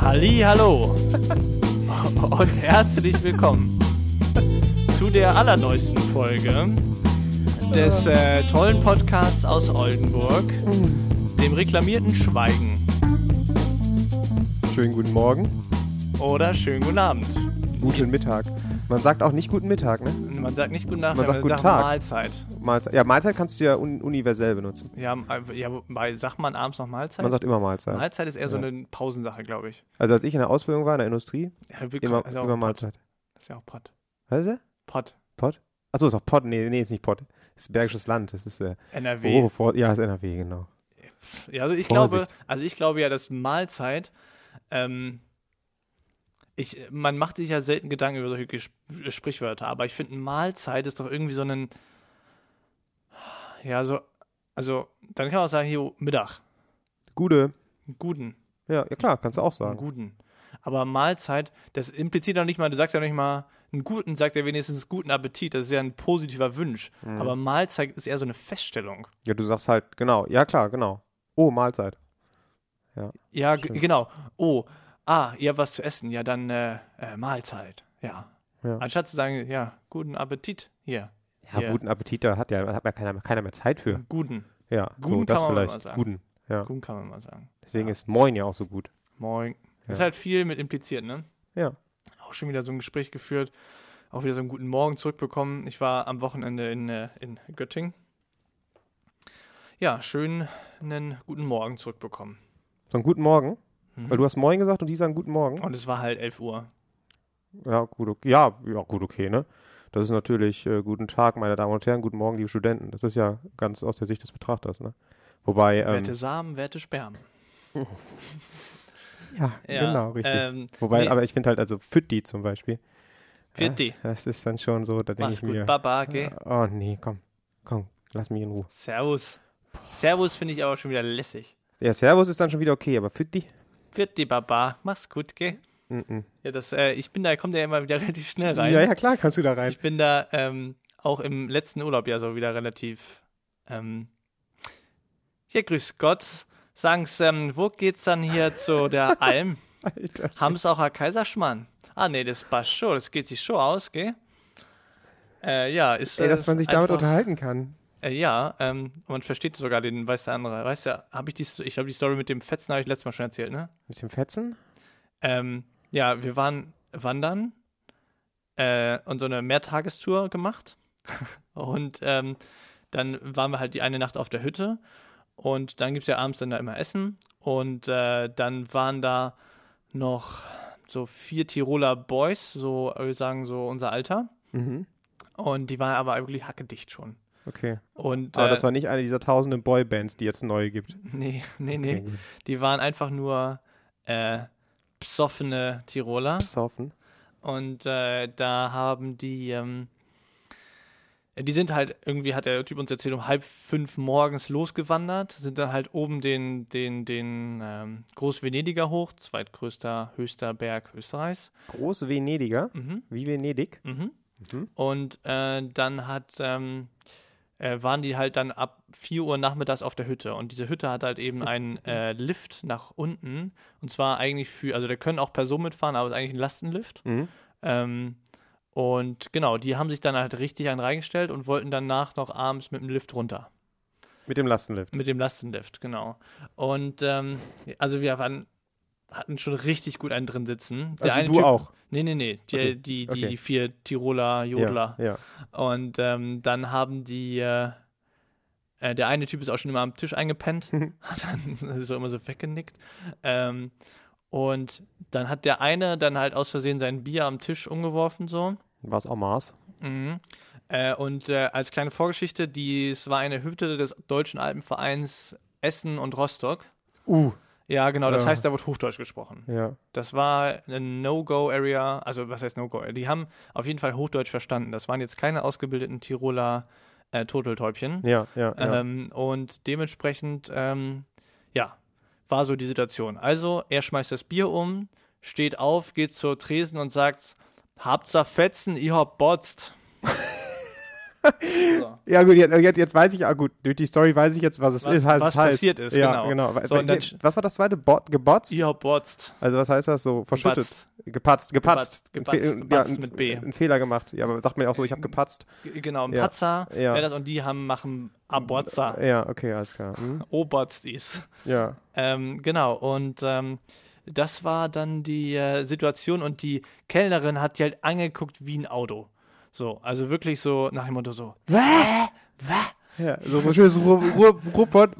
Halli, hallo und herzlich willkommen zu der allerneuesten Folge des äh, tollen Podcasts aus Oldenburg, Mm. dem reklamierten Schweigen. Schönen guten Morgen, Oder schönen guten Abend. guten Mittag. Man sagt auch nicht guten Mittag, ne? Man sagt nicht guten Nacht, Man sagt aber guten Tag. Mahlzeit. Mahlzeit. Ja, Mahlzeit kannst du ja un universell benutzen. Ja, äh, ja, wobei, sagt man abends noch Mahlzeit? Man sagt immer Mahlzeit. Mahlzeit ist eher so eine Pausensache, glaube ich. Also als ich in der Ausbildung war, in der Industrie, Ja, wir- immer, also auch immer Pott. Mahlzeit. Ist ja auch Pott. Was ist das? Pott. Pott? Achso, ist auch Pott. Nee, nee, ist nicht Pott. Ist Bergisches Land. Das ist äh, NRW. Rohefort. Ja, ist NRW, genau. Ja, also ich Vorsicht. glaube, also ich glaube ja, dass Mahlzeit, ähm, ich, man macht sich ja selten Gedanken über solche Ges Sprichwörter, aber ich finde, Mahlzeit ist doch irgendwie so ein, ja, so, also, dann kann man auch sagen, hier, Mittag, Gute. einen guten, Ja, ja klar, kannst du auch einen sagen. guten. Aber Mahlzeit, das impliziert doch nicht mal, du sagst ja nicht mal, einen guten, sagt ja wenigstens guten Appetit, das ist ja ein positiver Wunsch. Mhm. Aber Mahlzeit ist eher so eine Feststellung. Ja, du sagst halt, genau. Ja, klar, genau. Oh, Mahlzeit. Ja, g- Stimmt. genau. Oh, ah, ihr habt was zu essen. Ja, dann äh, äh, Mahlzeit. Ja. Ja. Anstatt zu sagen, ja, guten Appetit hier. Ja, Ja. guten Appetit, da hat ja, hat ja keiner, keiner mehr Zeit für. Guten. Ja, Guten so, das kann man vielleicht. immer sagen. Guten. Ja. Guten kann man mal sagen. Deswegen Ja. ist Moin ja auch so gut. Moin. Ja. Ist halt viel mit impliziert, ne? Ja. Auch schon wieder so ein Gespräch geführt. Auch wieder so einen guten Morgen zurückbekommen. Ich war am Wochenende in, äh, in Göttingen. Ja, schön einen guten Morgen zurückbekommen. So einen guten Morgen. Mhm. Weil du hast Moin gesagt und die sagen Guten Morgen. Und es war halt 11 Uhr. Ja, gut, okay. Ja, ja, gut, okay, ne? Das ist natürlich, äh, guten Tag, meine Damen und Herren, guten Morgen, liebe Studenten. Das ist ja ganz aus der Sicht des Betrachters, ne? Wobei, ähm, Werte Samen, Werte Spermen. ja, Ja, genau, richtig. Ähm, Wobei, nee, aber ich finde halt, also Fütti zum Beispiel, Vierte. das ist dann schon so, da denke Mach's ich gut, mir, Baba, gell? äh, oh nee, komm, komm, lass mich in Ruhe. Servus. Servus finde ich aber schon wieder lässig. Ja, Servus ist dann schon wieder okay, aber Fütti? Vierte Baba, mach's gut, gell? Mhm. Ja, das, äh, ich bin da, kommt ja immer wieder relativ schnell rein. Ja, ja, klar kannst du da rein. Ich bin da ähm, auch im letzten Urlaub ja so wieder relativ. Ähm, ja, grüß Gott. Sagen's, ähm, wo geht's dann hier zu der Alm? Alter. Haben's auch ein Kaiserschmarrn? Ah, nee, das passt schon, das geht sich schon aus, gell? Äh, ja, ist Ey, äh, dass man sich damit einfach- unterhalten kann. Äh, ja, ähm, man versteht sogar den, weiß der andere. Weißt du, habe ich die, Sto- ich glaube, die Story mit dem Fetzen habe ich letztes Mal schon erzählt, ne? Mit dem Fetzen? Ähm, ja, wir waren wandern äh, und so eine Mehrtagestour gemacht. und ähm, dann waren wir halt die eine Nacht auf der Hütte und dann gibt es ja abends dann da immer Essen. Und äh, dann waren da noch so vier Tiroler Boys, so, äh, wir sagen so unser Alter. Mhm. Und die waren aber wirklich hackedicht schon. Okay. Und, Aber äh, Mhm. das war nicht eine dieser tausenden Boybands, die jetzt neu gibt. Nee, nee, nee. Okay, gut. Die waren einfach nur äh, psoffene Tiroler. Psoffen. Und äh, da haben die, ähm, die sind halt, irgendwie hat der Typ uns erzählt, um halb fünf morgens losgewandert, sind dann halt oben den, den, den ähm, Groß-Venediger hoch, zweitgrößter, höchster Berg Österreichs. Groß Venediger, Mhm. wie Venedig. Mhm. Mhm. Und äh, dann hat, ähm, äh, waren die halt dann ab 4 Uhr nachmittags auf der Hütte. Und diese Hütte hat halt eben einen äh, Lift nach unten. Und zwar eigentlich für, also da können auch Personen mitfahren, aber es ist eigentlich ein Lastenlift. Mhm. Ähm, und genau, die haben sich dann halt richtig einen reingestellt und wollten danach noch abends mit dem Lift runter. Mit dem Lastenlift. Mit dem Lastenlift, genau. Und ähm, also wir waren, hatten schon richtig gut einen drin sitzen. Der also eine du Typ- auch. Nee, nee, nee. Die, Okay, die, die, okay. die vier Tiroler Jodler. Ja, ja. Und ähm, dann haben die, äh, äh, der eine Typ ist auch schon immer am Tisch eingepennt, hat dann so immer so weggenickt. Ähm, und dann hat der eine dann halt aus Versehen sein Bier am Tisch umgeworfen, so. War es auch Mars? Mhm. Äh, und äh, als kleine Vorgeschichte, die, es war eine Hütte des Deutschen Alpenvereins Essen und Rostock. Uh. Ja, genau, das Äh. heißt, da wird Hochdeutsch gesprochen. Ja. Das war eine No-Go-Area, also was heißt No-Go? Die haben auf jeden Fall Hochdeutsch verstanden. Das waren jetzt keine ausgebildeten Tiroler äh, Turteltäubchen. Ja, ja, ja. Ähm, und dementsprechend, ähm, ja, war so die Situation. Also, er schmeißt das Bier um, steht auf, geht zur Tresen und sagt, habt's Fetzen, ich hab botzt. So. Ja, gut, jetzt, jetzt- jetzt weiß ich, ah, gut, durch die Story weiß ich jetzt, was es Was- ist, heißt, was heißt. passiert ist, ja, genau. genau. So, und dann- was war das zweite? Bot, gebotzt? Ihr botzt. Also, was heißt das so? Verschüttet? Batzt. Gepatzt, Gepatzt, gepatzt. Ein gepatzt, Fe- ein- gepatzt ein- mit B. Ein Fehler gemacht. Ja, aber sagt man ja auch so, ich habe gepatzt. G- Genau, ein Ja. Patzer Ja. Äh, wäre das und die haben machen Oh, Aborza. Ja, okay, alles klar. Hm? Obotzt ist. Ja. Ähm, genau, und ähm, das war dann die äh, Situation und die Kellnerin hat die halt angeguckt wie ein Auto. So, also wirklich so nach dem Motto so, "Wä? Wä?" ja. So ein schönes Ru- Ru- Ruhrpott.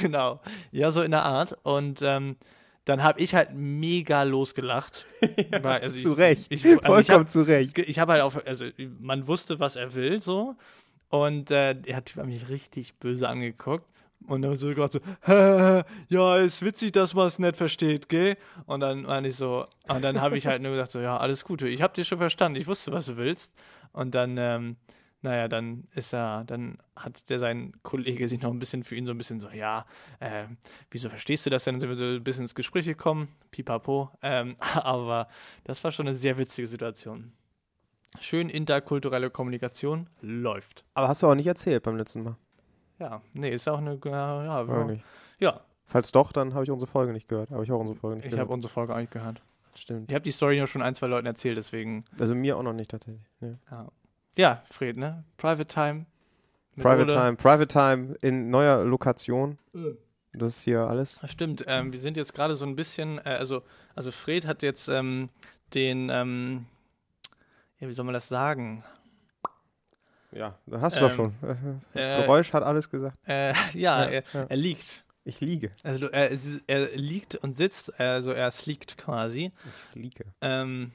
genau, ja, so in der Art. Und ähm, dann habe ich halt mega losgelacht. Weil, also ich- zu Recht. Ich, also ich hab- Vollkommen zu Recht. Ge- ich habe halt auch, also man wusste, was er will, so. Und äh, der Typ hat mich richtig böse angeguckt. Und dann so gemacht so, ja, ist witzig, dass man es nicht versteht, gell? Und dann meine ich so, und dann habe ich halt nur gesagt so, ja, alles Gute, ich habe dich schon verstanden, ich wusste, was du willst. Und dann, ähm, naja, dann ist er, dann hat der sein Kollege sich noch ein bisschen für ihn so ein bisschen so, ja, äh, wieso verstehst du das denn? Dann sind wir so ein bisschen ins Gespräch gekommen, pipapo. Ähm, aber das war schon eine sehr witzige Situation. Schön interkulturelle Kommunikation läuft. Aber hast du auch nicht erzählt beim letzten Mal. Ja, nee, ist auch eine. Ja, ja, Oder ja. nicht? ja Falls doch, dann habe ich unsere Folge nicht gehört. Habe ich auch unsere Folge nicht ich gehört. habe unsere Folge eigentlich gehört. Stimmt. Ich habe die Story nur schon ein, zwei Leuten erzählt, deswegen. Also mir auch noch nicht tatsächlich. ne. Ja. Ja, ja Fred, ne? Private Time. mit Private Ole. Time, Private Time in neuer Lokation. Mhm. Das ist hier alles. Das Stimmt, ähm, wir sind jetzt gerade so ein bisschen. Äh, also, also, Fred hat jetzt ähm, den. Ähm, ja, wie soll man das sagen? Ja, hast du Ähm, doch schon. äh, Geräusch hat alles gesagt. Äh, ja, Ja, er, ja. er liegt. Ich liege. Also, er, ist- er liegt und sitzt. Also, er sleekt quasi. Ich liege. Ähm,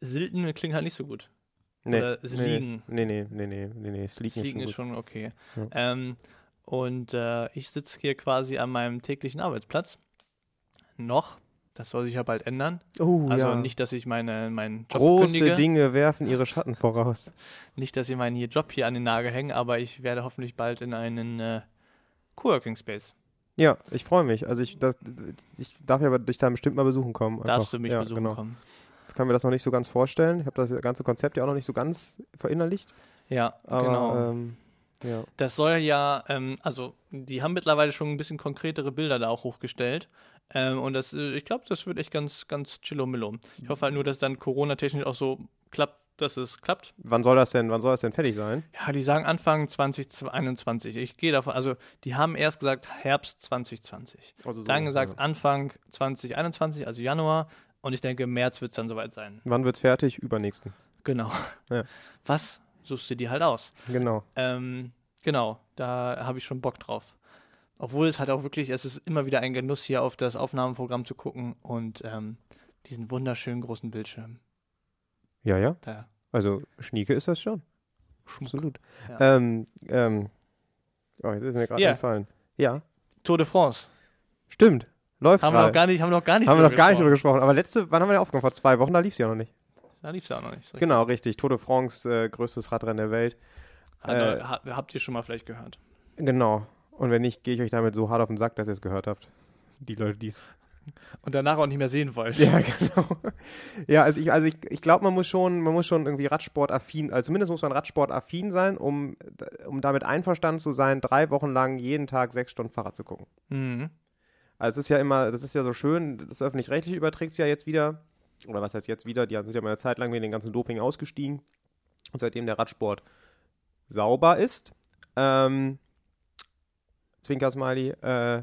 Silten klingt halt nicht so gut. Nee. Oder es nee, liegen. Nee, nee, nee, nee, nee, nee. Es liegt nicht Sleeken so ist gut. schon okay. Ja. Ähm, und äh, ich sitze hier quasi an meinem täglichen Arbeitsplatz. Noch. Das soll sich ja bald ändern. Oh, also ja. nicht, dass ich meine, meinen Job Große kündige. Dinge werfen ihre Schatten voraus. Nicht, dass ich meinen hier Job hier an den Nagel hänge, aber ich werde hoffentlich bald in einen äh, Coworking Space. Ja, ich freue mich. Also ich, das, ich darf ja aber dich da bestimmt mal besuchen kommen. Einfach. Darfst du mich ja, besuchen genau. kommen? Ich kann mir das noch nicht so ganz vorstellen. Ich habe das ganze Konzept ja auch noch nicht so ganz verinnerlicht. Ja, Aber genau. ähm, ja. Das soll ja, ähm, also die haben mittlerweile schon ein bisschen konkretere Bilder da auch hochgestellt. Ähm, und das, äh, ich glaube, das wird echt ganz, ganz chillomillo. Ich hoffe halt nur, dass dann Corona-technisch auch so klappt, dass es klappt. Wann soll das denn, wann soll das denn fertig sein? Ja, die sagen Anfang 2021. Ich gehe davon, also die haben erst gesagt Herbst 2020. Also so, Dann gesagt ja. Anfang 2021, also Januar. Und ich denke, März wird es dann soweit sein. Wann wird's fertig? Übernächsten. Genau. Ja. Was suchst du dir halt aus? Genau. Ähm, genau, da habe ich schon Bock drauf. Obwohl es halt auch wirklich, es ist immer wieder ein Genuss, hier auf das Aufnahmeprogramm zu gucken und ähm, diesen wunderschönen großen Bildschirm. Ja, ja. Da. Also Schnieke ist das schon. Absolut. Ja. Ähm, ähm, oh, jetzt ist mir gerade Ja. entfallen. Ja, Tour de France. stimmt. Läuft Haben wir, noch gerade. gar nicht, haben wir noch gar nicht Haben wir noch gar nicht drüber gesprochen. gesprochen. Aber letzte, wann haben wir denn aufgenommen? Vor zwei Wochen, da lief sie ja noch nicht. Da lief es auch noch nicht. Genau. Genau, richtig. Tour de France, äh, größtes Radrennen der Welt. äh, Ah, habt ihr schon mal vielleicht gehört. Genau. Und wenn nicht, gehe ich euch damit so hart auf den Sack, dass ihr es gehört habt. Die Leute, die es. Und danach auch nicht mehr sehen wollt. Ja, genau. Ja, also ich, also ich, ich glaube, man muss schon, man muss schon irgendwie Radsportaffin, also zumindest muss man Radsportaffin sein, um, um damit einverstanden zu sein, drei Wochen lang jeden Tag sechs Stunden Fahrrad zu gucken. Mhm. Also es ist ja immer, das ist ja so schön, das öffentlich-rechtliche überträgt es ja jetzt wieder, oder was heißt jetzt wieder, die sind ja mal eine Zeit lang wegen den ganzen Doping ausgestiegen. Und seitdem der Radsport sauber ist, ähm, Zwinker-Smiley, äh,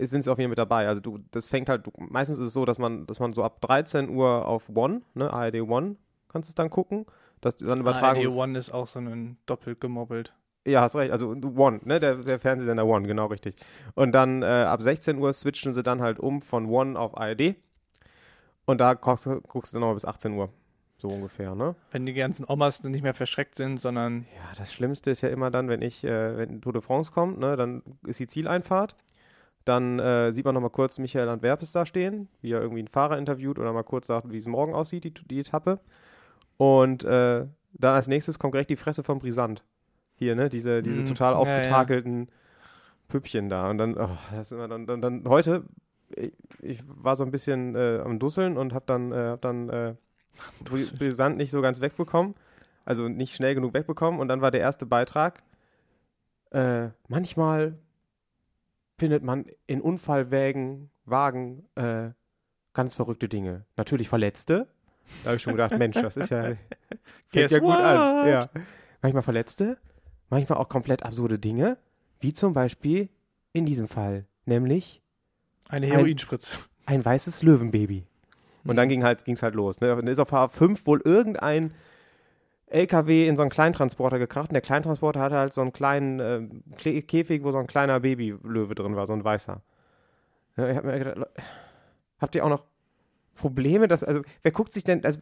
sind sie auf jeden Fall mit dabei. Also du, das fängt halt, du, meistens ist es so, dass man, dass man so ab 13 Uhr auf One, ne, ARD One, kannst du es dann gucken, dass du dann übertragen ARD One ist auch so ein doppelt gemobbelt. ja, hast recht. Also One, ne? Der, der Fernsehsender One, genau richtig. Und dann äh, ab 16 Uhr switchen sie dann halt um von One auf ARD. Und da guckst, du- guckst du dann nochmal bis 18 Uhr. So ungefähr, ne? Wenn die ganzen Omas nicht mehr verschreckt sind, sondern Ja, das Schlimmste ist ja immer dann, wenn ich, äh, wenn Tour de France kommt, ne, dann ist die Zieleinfahrt. Dann äh, sieht man nochmal kurz Michael Antwerpes da stehen, wie er irgendwie einen Fahrer interviewt oder mal kurz sagt, wie es morgen aussieht, die, die Etappe. Und äh, dann als nächstes kommt direkt die Fresse von Brisant. Hier, ne, diese, diese Mm, total ja, aufgetakelten Püppchen da. Und dann, oh, das ist immer dann, dann, dann heute, ich, ich war so ein bisschen äh, am Dusseln und hab dann, äh, hab dann äh, Brisant nicht so ganz wegbekommen. also nicht schnell genug wegbekommen. Und dann war der erste Beitrag, äh, manchmal findet man in Unfallwägen, Wagen äh, ganz verrückte Dinge. Natürlich Verletzte. Da habe ich schon gedacht, Mensch, das ist ja, fängt Guess ja gut an. what? Ja. Manchmal Verletzte, manchmal auch komplett absurde Dinge, wie zum Beispiel in diesem Fall, nämlich Eine Ein- Heroinspritze. ein weißes Löwenbaby. Und Mhm. dann ging halt, ging's halt los. Ne? Dann ist auf H5 wohl irgendein LKW in so einen Kleintransporter gekracht. Und der Kleintransporter hatte halt so einen kleinen ähm, Kle- Käfig, wo so ein kleiner Babylöwe drin war, so ein weißer. Ja, ich hab mir gedacht, Le- habt ihr auch noch Probleme? Dass, also, wer guckt sich denn, also,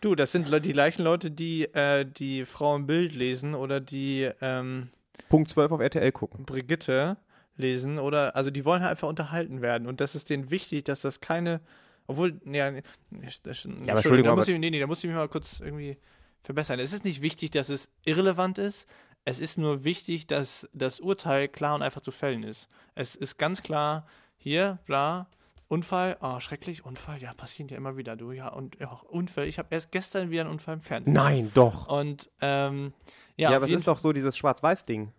Du, das sind Le die gleichen Leute, die äh, die Frau im Bild lesen oder die ähm, Punkt 12 auf RTL gucken. Brigitte lesen oder also die wollen halt einfach unterhalten werden und das ist denen wichtig, dass das keine, obwohl ja, nee, das- das- aber Entschuldigung, da muss aber- ich, nee, nee, da muss ich mich mal kurz irgendwie verbessern. Es ist nicht wichtig, dass es irrelevant ist. Es ist nur wichtig, dass das Urteil klar und einfach zu fällen ist. Es ist ganz klar hier, bla, Unfall, oh, schrecklich, Unfall, ja, passieren ja immer wieder, du, ja, und ja, Unfall, ich habe erst gestern wieder einen Unfall im Fernsehen. Nein, doch. Und ähm, ja, Ja, ja aber es ist doch so dieses Schwarz-Weiß-Ding.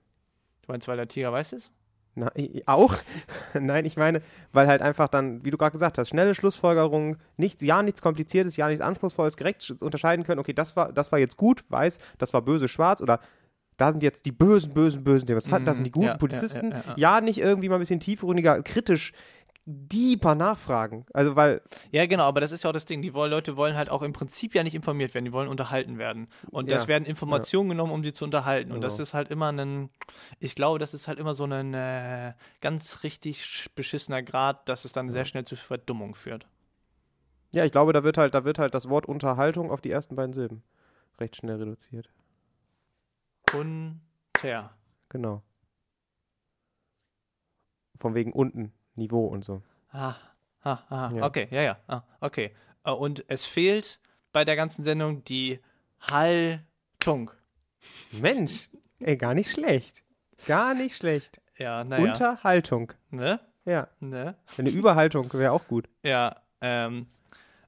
du meinst, weil der Tiger weiß ist? Na, i- i- auch? Nein, ich meine, weil halt einfach dann, wie du gerade gesagt hast, schnelle Schlussfolgerungen, nichts, ja nichts Kompliziertes, ja nichts Anspruchsvolles, direkt sch- unterscheiden können, okay, das war, das war jetzt gut, weiß, das war böse, schwarz oder da sind jetzt die bösen, bösen, bösen, Themen. das, hat- das sind die Mhm, guten ja, ja, Polizisten, ja, ja, ja, nicht irgendwie mal ein bisschen tiefgründiger, kritisch, deeper nachfragen. Also, weil, Ja, genau, aber das ist ja auch das Ding. Die wollen, Leute wollen halt auch im Prinzip ja nicht informiert werden, die wollen unterhalten werden. Und Ja, das werden Informationen genommen, um sie zu unterhalten. Und das Genau. ist halt immer ein, ich glaube, das ist halt immer so ein äh, ganz richtig sch- beschissener Grad, dass es dann sehr schnell zu Verdummung führt. ja, ich glaube, da wird halt, da wird halt das Wort Unterhaltung auf die ersten beiden Silben recht schnell reduziert. Unter. Genau. Von wegen unten, Niveau und so. Ah, ah, ah, Ja. okay, ja, ja, ah, okay. Äh, Und es fehlt bei der ganzen Sendung die Haltung. Mensch, ey, gar nicht schlecht. Gar nicht schlecht. Ja, naja. Unterhaltung. Ne? Ja, Ne? eine Überhaltung wäre auch gut. Ja, ähm,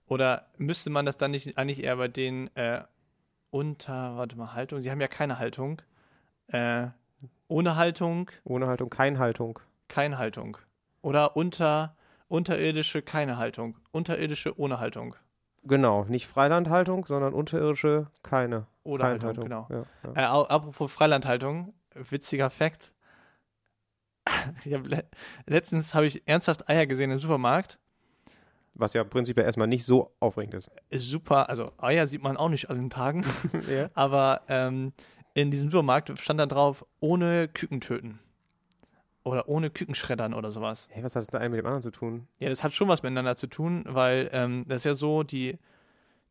oder müsste man das dann nicht eigentlich eher bei den äh, unter, warte mal, Haltung, sie haben ja keine Haltung. Äh, ohne Haltung, Ohne Haltung, kein Haltung. keine Haltung. Oder unter, unterirdische, keine Haltung. Unterirdische, ohne Haltung. Genau, nicht Freilandhaltung, sondern unterirdische, keine. Oder Keine Haltung, Haltung, genau. Ja, ja. Äh, au- apropos Freilandhaltung, witziger Fakt. Ich hab le letztens habe ich ernsthaft Eier gesehen im Supermarkt. Was ja prinzipiell erstmal nicht so aufregend ist. Ist super, also Eier sieht man auch nicht allen Tagen. ja. Aber ähm, in diesem Supermarkt stand da drauf, ohne Küken töten. Oder ohne Küken schreddern oder sowas. Hey, was hat das da eine mit dem anderen zu tun? Ja, das hat schon was miteinander zu tun, weil ähm, das ist ja so, die,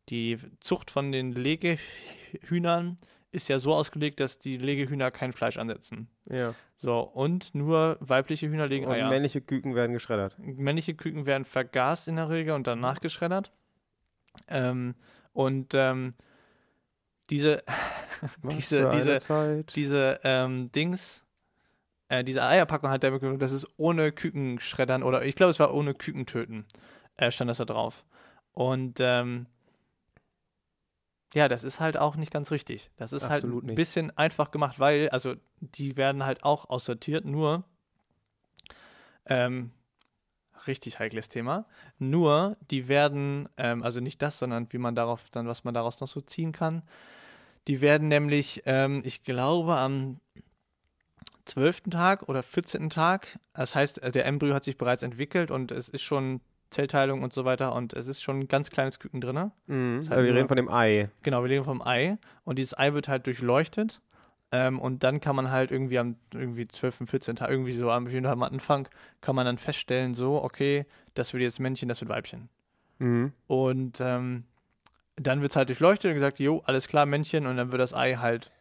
die Zucht von den Legehühnern ist ja so ausgelegt, dass die Legehühner kein Fleisch ansetzen. Ja. So, und nur weibliche Hühner legen Und Eier. männliche Küken werden geschreddert. männliche Küken werden vergast in der Regel und danach geschreddert. Ähm, und ähm, diese, Was Diese- für eine diese- Zeit. diese ähm, Dings, äh, diese Eierpackung hat der Begründung, das ist ohne Küken schreddern oder ich glaube, es war ohne Küken töten, äh, stand das da drauf. Und ähm, ja, das ist halt auch nicht ganz richtig. Das ist Absolut halt ein nicht. bisschen einfach gemacht, weil, also die werden halt auch aussortiert, nur ähm, richtig heikles Thema. Nur, die werden, ähm, also nicht das, sondern wie man darauf dann, was man daraus noch so ziehen kann. Die werden nämlich, ähm, ich glaube, am 12. Tag oder 14. Tag, das heißt, äh, der Embryo hat sich bereits entwickelt und es ist schon Zellteilung und so weiter und es ist schon ein ganz kleines Küken drin. Mhm. Das hat Aber wir nur- reden von dem Ei. Genau, wir legen vom Ei und dieses Ei wird halt durchleuchtet. Ähm, und dann kann man halt irgendwie am irgendwie 12., 14. Tag, irgendwie so am, am Anfang, kann man dann feststellen, so, okay, das wird jetzt Männchen, das wird Weibchen. Mhm. Und ähm, dann wird es halt durchleuchtet und gesagt, jo, alles klar, Männchen, und dann wird das Ei halt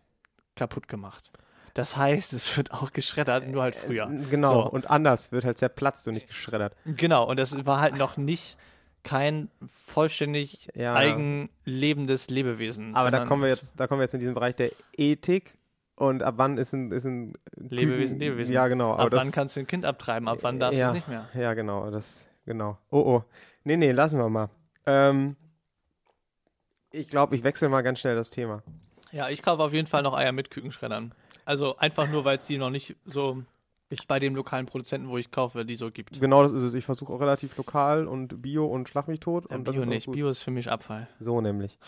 kaputt gemacht. Das heißt, es wird auch geschreddert, nur halt früher. Genau, So. und anders wird halt zerplatzt und nicht geschreddert. Genau, und das war halt noch nicht kein vollständig Ja. eigen lebendes Lebewesen. Aber da sondern kommen wir es- jetzt, da kommen wir jetzt in diesen Bereich der Ethik und ab wann ist ein, ist ein Lebewesen, Lebewesen. Ja, genau. Ab aber wann kannst du ein Kind abtreiben, ab wann darfst ja, du es nicht mehr? Ja, genau, das, genau. Oh, oh. Nee, nee, lassen wir mal. Ähm, ich glaube, ich wechsle mal ganz schnell das Thema. Ja, ich kaufe auf jeden Fall noch Eier mit Kükenschreddern. Also einfach nur, weil es die noch nicht so bei dem lokalen Produzenten, wo ich kaufe, die so gibt. Genau das ist es. Ich versuche auch relativ lokal und Bio und schlag mich tot. Ja, und das Äh, Bio ist auch nicht. gut. Bio ist für mich Abfall. So nämlich.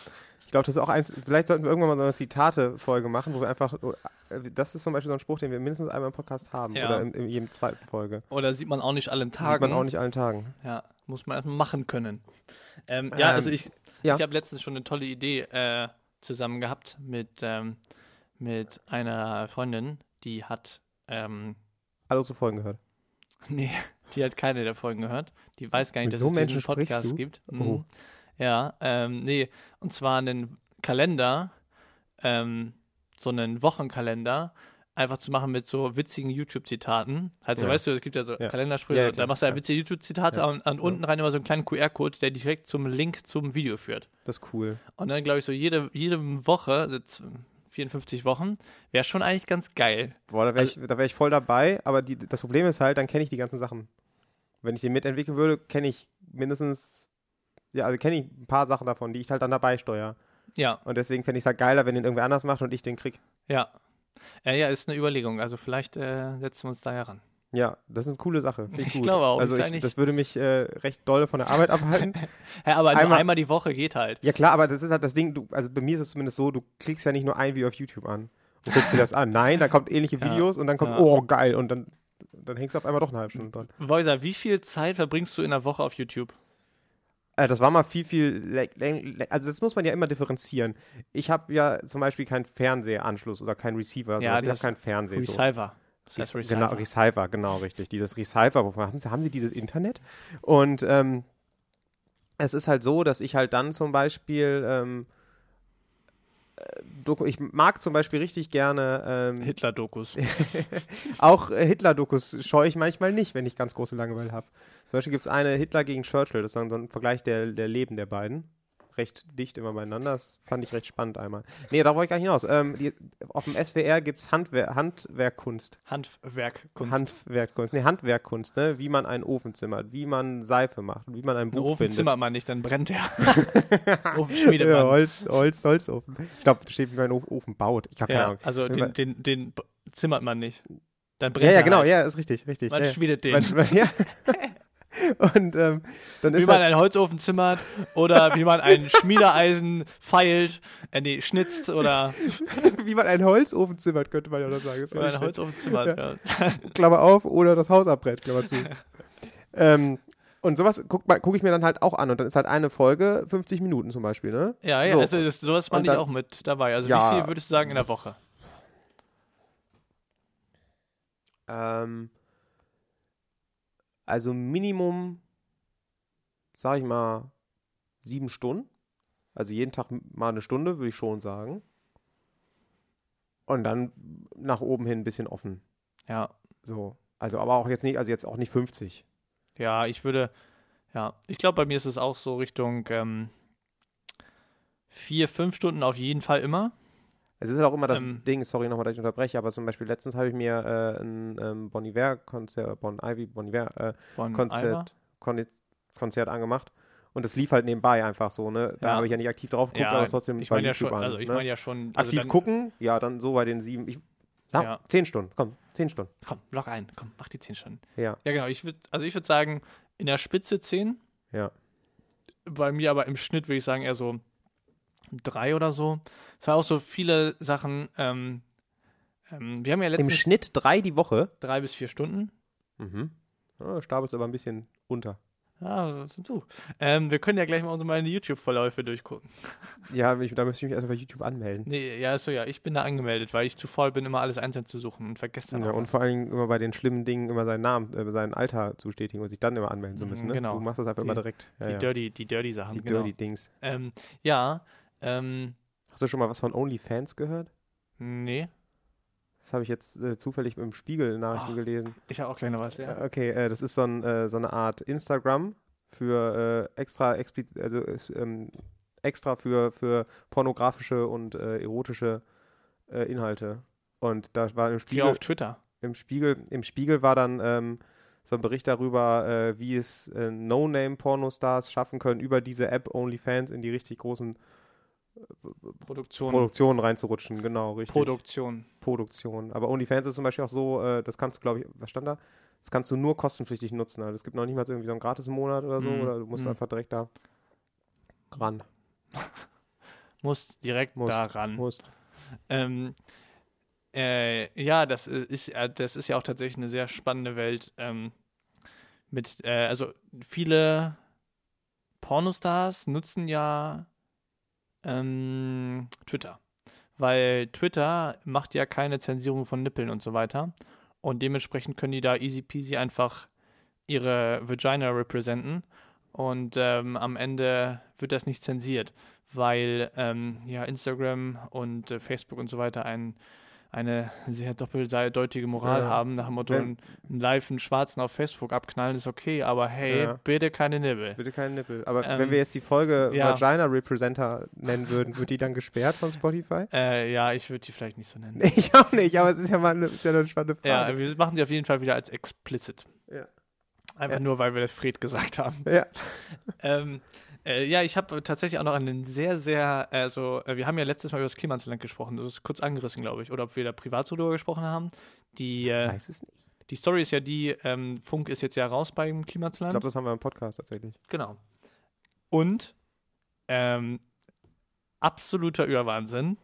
Ich glaube, das ist auch eins. Vielleicht sollten wir irgendwann mal so eine Zitate-Folge machen, wo wir einfach. oh, äh, Das ist zum Beispiel so ein Spruch, den wir mindestens einmal im Podcast haben. Ja. Oder in, in jedem zweiten Folge. Oder sieht man auch nicht allen Sieht Tagen. man auch nicht allen Tagen. Ja, muss man erstmal machen können. Ähm, ja, Ähm, also ich, ja. ich habe letztens schon eine tolle Idee äh, zusammen gehabt mit, ähm, mit einer Freundin, die hat, ähm, Alle unsere Folgen gehört. nee, die hat keine der Folgen gehört. Die weiß gar nicht, Mit dass so es Menschen diesen sprichst Podcast du? gibt. Mhm. Oh. Ja, ähm, nee, und zwar einen Kalender, ähm, so einen Wochenkalender, einfach zu machen mit so witzigen YouTube-Zitaten. Also, Ja. weißt du, es gibt ja so Ja. Kalendersprüche, Ja, ja, da klar, machst du ja klar. witzige YouTube-Zitate Ja. und, und unten rein immer so einen kleinen QR-Code, der direkt zum Link zum Video führt. Das ist cool. Und dann, glaube ich, so jede, jede Woche, also z- 54 Wochen, wäre schon eigentlich ganz geil. Boah, da wäre Also ich, da wär ich voll dabei, aber die, das Problem ist halt, dann kenne ich die ganzen Sachen. Wenn ich den mitentwickeln würde, kenne ich mindestens, ja, also kenne ich ein paar Sachen davon, die ich halt dann dabei steuere. Ja, Und deswegen fände ich es halt geiler, wenn den irgendwer anders macht und ich den krieg. ja. Äh, ja, ist eine Überlegung. Also, vielleicht äh, setzen wir uns da ja ran. Ja, das ist eine coole Sache. Finde Ich gut. glaube auch, Also ist ich, eigentlich- das würde mich äh, recht doll von der Arbeit abhalten. Hä, aber nur Einmal- einmal die Woche geht halt. ja klar, aber das ist halt das Ding, du, also bei mir ist es zumindest so, du klickst ja nicht nur ein Video auf YouTube an und guckst dir das an. Nein, da kommt ähnliche Ja, Videos und dann kommt, ja. oh geil, und dann, dann hängst du auf einmal doch eine halbe Stunde dran. Voiser, wie viel Zeit verbringst du in der Woche auf YouTube? Äh, das war mal viel, viel. lä- lä- lä- Also, das muss man ja immer differenzieren. Ich habe ja zum Beispiel keinen Fernsehanschluss oder keinen Ja, Receiver. sowas. du ich habe hast keinen Fernseher. So. Receiver. Das heißt Rec- Receiver. Genau, Receiver, genau, richtig. Dieses Receiver, wovon haben sie, haben sie dieses Internet? Und ähm, es ist halt so, dass ich halt dann zum Beispiel. Ähm, äh, Doku, ich mag zum Beispiel richtig gerne ähm, Hitler-Dokus. auch äh, Hitler-Dokus scheue ich manchmal nicht, wenn ich ganz große Langeweile habe. Zum Beispiel gibt es eine Hitler gegen Churchill, das ist dann so ein Vergleich der, der Leben der beiden. Recht dicht immer beieinander, das fand ich recht spannend einmal. Nee, da wollte ich gar nicht hinaus. Ähm, die, auf dem SWR gibt es Handwer Handwerkkunst. Handwerkkunst. Handwerkkunst, nee, Handwerkkunst, ne? Wie man einen Ofen zimmert, wie man Seife macht, wie man ein Ein Buch Ofen bindet. zimmert man nicht, dann brennt der. Ofen schmiedet ja, man. Holz, Holz, Holzofen. Ich glaube, da steht, wie man einen Of- Ofen baut. Ich habe keine Ja, Ahnung. also den, den, den b- zimmert man nicht. Dann brennt Ja, ja, der genau, Halt. ja, ist richtig, richtig. Man ja, ja. schmiedet den. Man- man- ja. Und ähm, dann wie ist man halt, einen Holzofen zimmert oder wie man ein Schmiedeeisen feilt, äh, nee, schnitzt oder wie man einen Holzofen zimmert, könnte man ja noch sagen. Ist wie auch man nicht einen Holzofen zimmert. Ja. schlecht. Klammer auf oder das Haus abbrät, Klammer zu. ähm, und sowas gucke guck ich mir dann halt auch an. Und dann ist halt eine Folge 50 Minuten zum Beispiel, ne? Ja, ja, So. also das, sowas fand Und ich dann- auch mit dabei. Also Ja. wie viel würdest du sagen in der Woche? Ähm, also Minimum, sag ich mal, sieben Stunden. Also jeden Tag mal eine Stunde, würde ich schon sagen. Und dann nach oben hin ein bisschen offen. Ja. So. Also, aber auch jetzt nicht, also jetzt auch nicht 50. Ja, ich würde, ja, ich glaube, bei mir ist es auch so Richtung ähm, vier, fünf Stunden auf jeden Fall immer. Es ist halt auch immer das Ähm. Ding, sorry nochmal, dass ich unterbreche, aber zum Beispiel letztens habe ich mir äh, ein ähm, Bon Iver Konzert, Bon Ivy, Bon Iver äh, Von Alba. Konzert, Kon Konzert angemacht und das lief halt nebenbei einfach so, ne? Da Ja. habe ich ja nicht aktiv drauf geguckt, Ja, aber es trotzdem ich bei meine ja YouTube schon, an, also ich ne? meine ja schon. Also Aktiv dann, gucken, ja, dann so bei den sieben, ich, na, Ja. zehn Stunden, komm, zehn Stunden, Komm, log ein, komm, mach die zehn Stunden. ja. Ja, genau, ich würde, also ich würde sagen, in der Spitze zehn. Ja. Bei mir aber im Schnitt würde ich sagen eher so drei oder so. Es war auch so viele Sachen, ähm, ähm, wir haben ja Im letztens Schnitt drei die Woche. drei bis vier Stunden. Mhm. Ah, stapelst aber ein bisschen unter. Ja, Ah, du. Ähm, wir können ja gleich mal unsere meine YouTube-Verläufe durchgucken. Ja, ich, da müsste ich mich erstmal bei YouTube anmelden. Nee, ja, so ja, ich bin da angemeldet, weil ich zu faul bin, immer alles einzeln zu suchen und vergesse dann Ja, auch und was. vor allen Dingen immer bei den schlimmen Dingen immer seinen Namen, äh, seinen Alter zu bestätigen und sich dann immer anmelden zu Mhm, müssen. Ne? genau. Du machst das einfach Die- immer direkt. Ja, die ja. Dirty, die Dirty Sachen, die genau. Dirty Dings. Ähm, ja, ähm, Hast du schon mal was von OnlyFans gehört? nee. Das habe ich jetzt äh, zufällig im Spiegel Nachrichten Ach, gelesen. Ich habe auch gleich noch was, ja. Äh, Okay, äh, das ist so, ein, äh, so eine Art Instagram für äh, extra explizit, also ist, ähm, extra für, für pornografische und äh, erotische äh, Inhalte. Und da war im Geh Spiegel auf Twitter. im Spiegel, im Spiegel war dann ähm, so ein Bericht darüber, äh, wie es äh, No-Name-Pornostars schaffen können, über diese App OnlyFans in die richtig großen Produktion. Produktionen reinzurutschen, genau, richtig. Produktion. Produktion. Aber OnlyFans ist zum Beispiel auch so, äh, das kannst du, glaube ich, was stand da? Das kannst du nur kostenpflichtig nutzen. Also es gibt noch niemals irgendwie so einen Gratis-Monat oder so, Mhm. oder du musst Mhm. einfach direkt da ran. Muss direkt Musst. daran. Musst. Ähm, äh, ja, das i- ist, ja- das ist ja auch tatsächlich eine sehr spannende Welt. Ähm, mit, äh, also viele Pornostars nutzen ja ähm, Twitter. Weil Twitter macht ja keine Zensierung von Nippeln und so weiter. Und dementsprechend können die da easy peasy einfach ihre Vagina representen. Und ähm, am Ende wird das nicht zensiert weil ähm, ja, Instagram und äh, Facebook und so weiter ein, eine sehr doppeldeutige Moral Ja. haben, nach dem Motto, Wenn- ein ein live einen Schwarzen auf Facebook abknallen ist okay, aber hey, Ja. bitte keine Nibbel. Bitte keinen Nippel. Aber Ähm, wenn wir jetzt die Folge ja. Vagina Representer nennen würden, wird die dann gesperrt von Spotify? Äh, ja, ich würde die vielleicht nicht so nennen. Nee, ich auch nicht, aber es ist ja mal eine, ist ja eine spannende Frage. Ja, wir machen sie auf jeden Fall wieder als explicit. Ja. Einfach Ja. nur, weil wir das Fred gesagt haben. Ja. ähm, äh, ja, ich habe tatsächlich auch noch einen sehr, sehr, also äh, wir haben ja letztes Mal über das Klimansland gesprochen, das ist kurz angerissen, glaube ich, oder ob wir da privat so drüber gesprochen haben. Die, Ich äh, weiß es nicht. die Story ist ja die, ähm, Funk ist jetzt ja raus beim Ich Klimansland. glaube, das haben wir im Podcast tatsächlich. Genau. Und ähm, absoluter Überwahnsinn.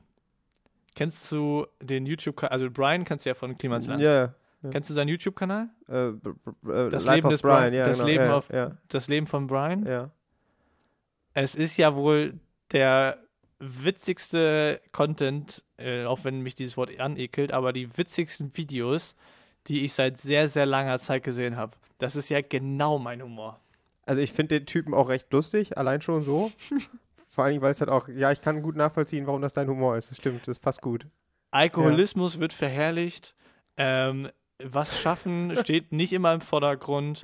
Kennst du den YouTube, also Brian kennst du ja von Klimansland. Mhm. Ja, Kennst du seinen YouTube-Kanal? ja. Äh, b- b- äh, Das Life Leben of des Brian, Brian- ja, das genau. Leben ja, auf- ja, Das Leben von Brian? ja. Es ist ja wohl der witzigste Content, äh, auch wenn mich dieses Wort anekelt, aber die witzigsten Videos, die ich seit sehr, sehr langer Zeit gesehen habe. Das ist ja genau mein Humor. Also ich finde den Typen auch recht lustig, allein schon so. Vor allen Dingen, weil es halt auch, ja, ich kann gut nachvollziehen, warum das dein Humor ist. Das stimmt, das passt gut. Alkoholismus wird verherrlicht. Ähm, was schaffen steht nicht immer im Vordergrund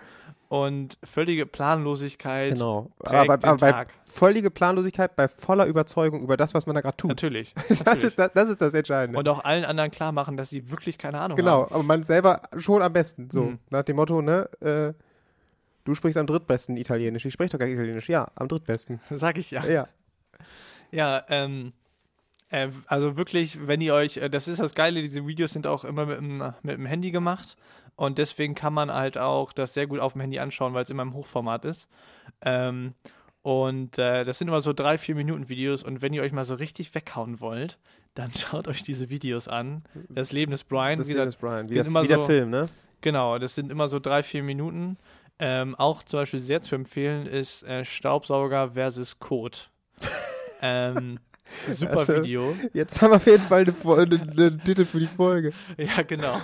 und völlige Planlosigkeit. Genau. prägt Aber, aber, den aber bei Tag. völlige Planlosigkeit, bei voller Überzeugung über das, was man da gerade tut. Natürlich. Das natürlich. ist das, das ist das Entscheidende. und auch allen anderen klar machen, dass sie wirklich keine Ahnung Genau, haben. aber man selber schon am besten. So, Mhm. nach dem Motto, ne, äh, du sprichst am drittbesten Italienisch. Ich spreche doch gar kein Italienisch. Ja, am drittbesten. Sag ich ja. Ja. Ja, ähm, äh, also wirklich, wenn ihr euch, äh, das ist das Geile, diese Videos sind auch immer mit dem, mit dem Handy gemacht und deswegen kann man halt auch das sehr gut auf dem Handy anschauen, weil es immer im Hochformat ist. Ähm, und äh, das sind immer so drei, vier Minuten Videos und wenn ihr euch mal so richtig weghauen wollt, dann schaut euch diese Videos an. Das Leben des Brian, Das wie Leben gesagt, des Brian. Wie, bin der, immer wie der so- Film, ne? Genau, das sind immer so drei, vier Minuten. Ähm, auch zum Beispiel sehr zu empfehlen ist äh, Staubsauger versus Kot. ähm, super Also- Video. Jetzt haben wir auf jeden Fall einen Fol- einen- einen Titel für die Folge. Ja, genau.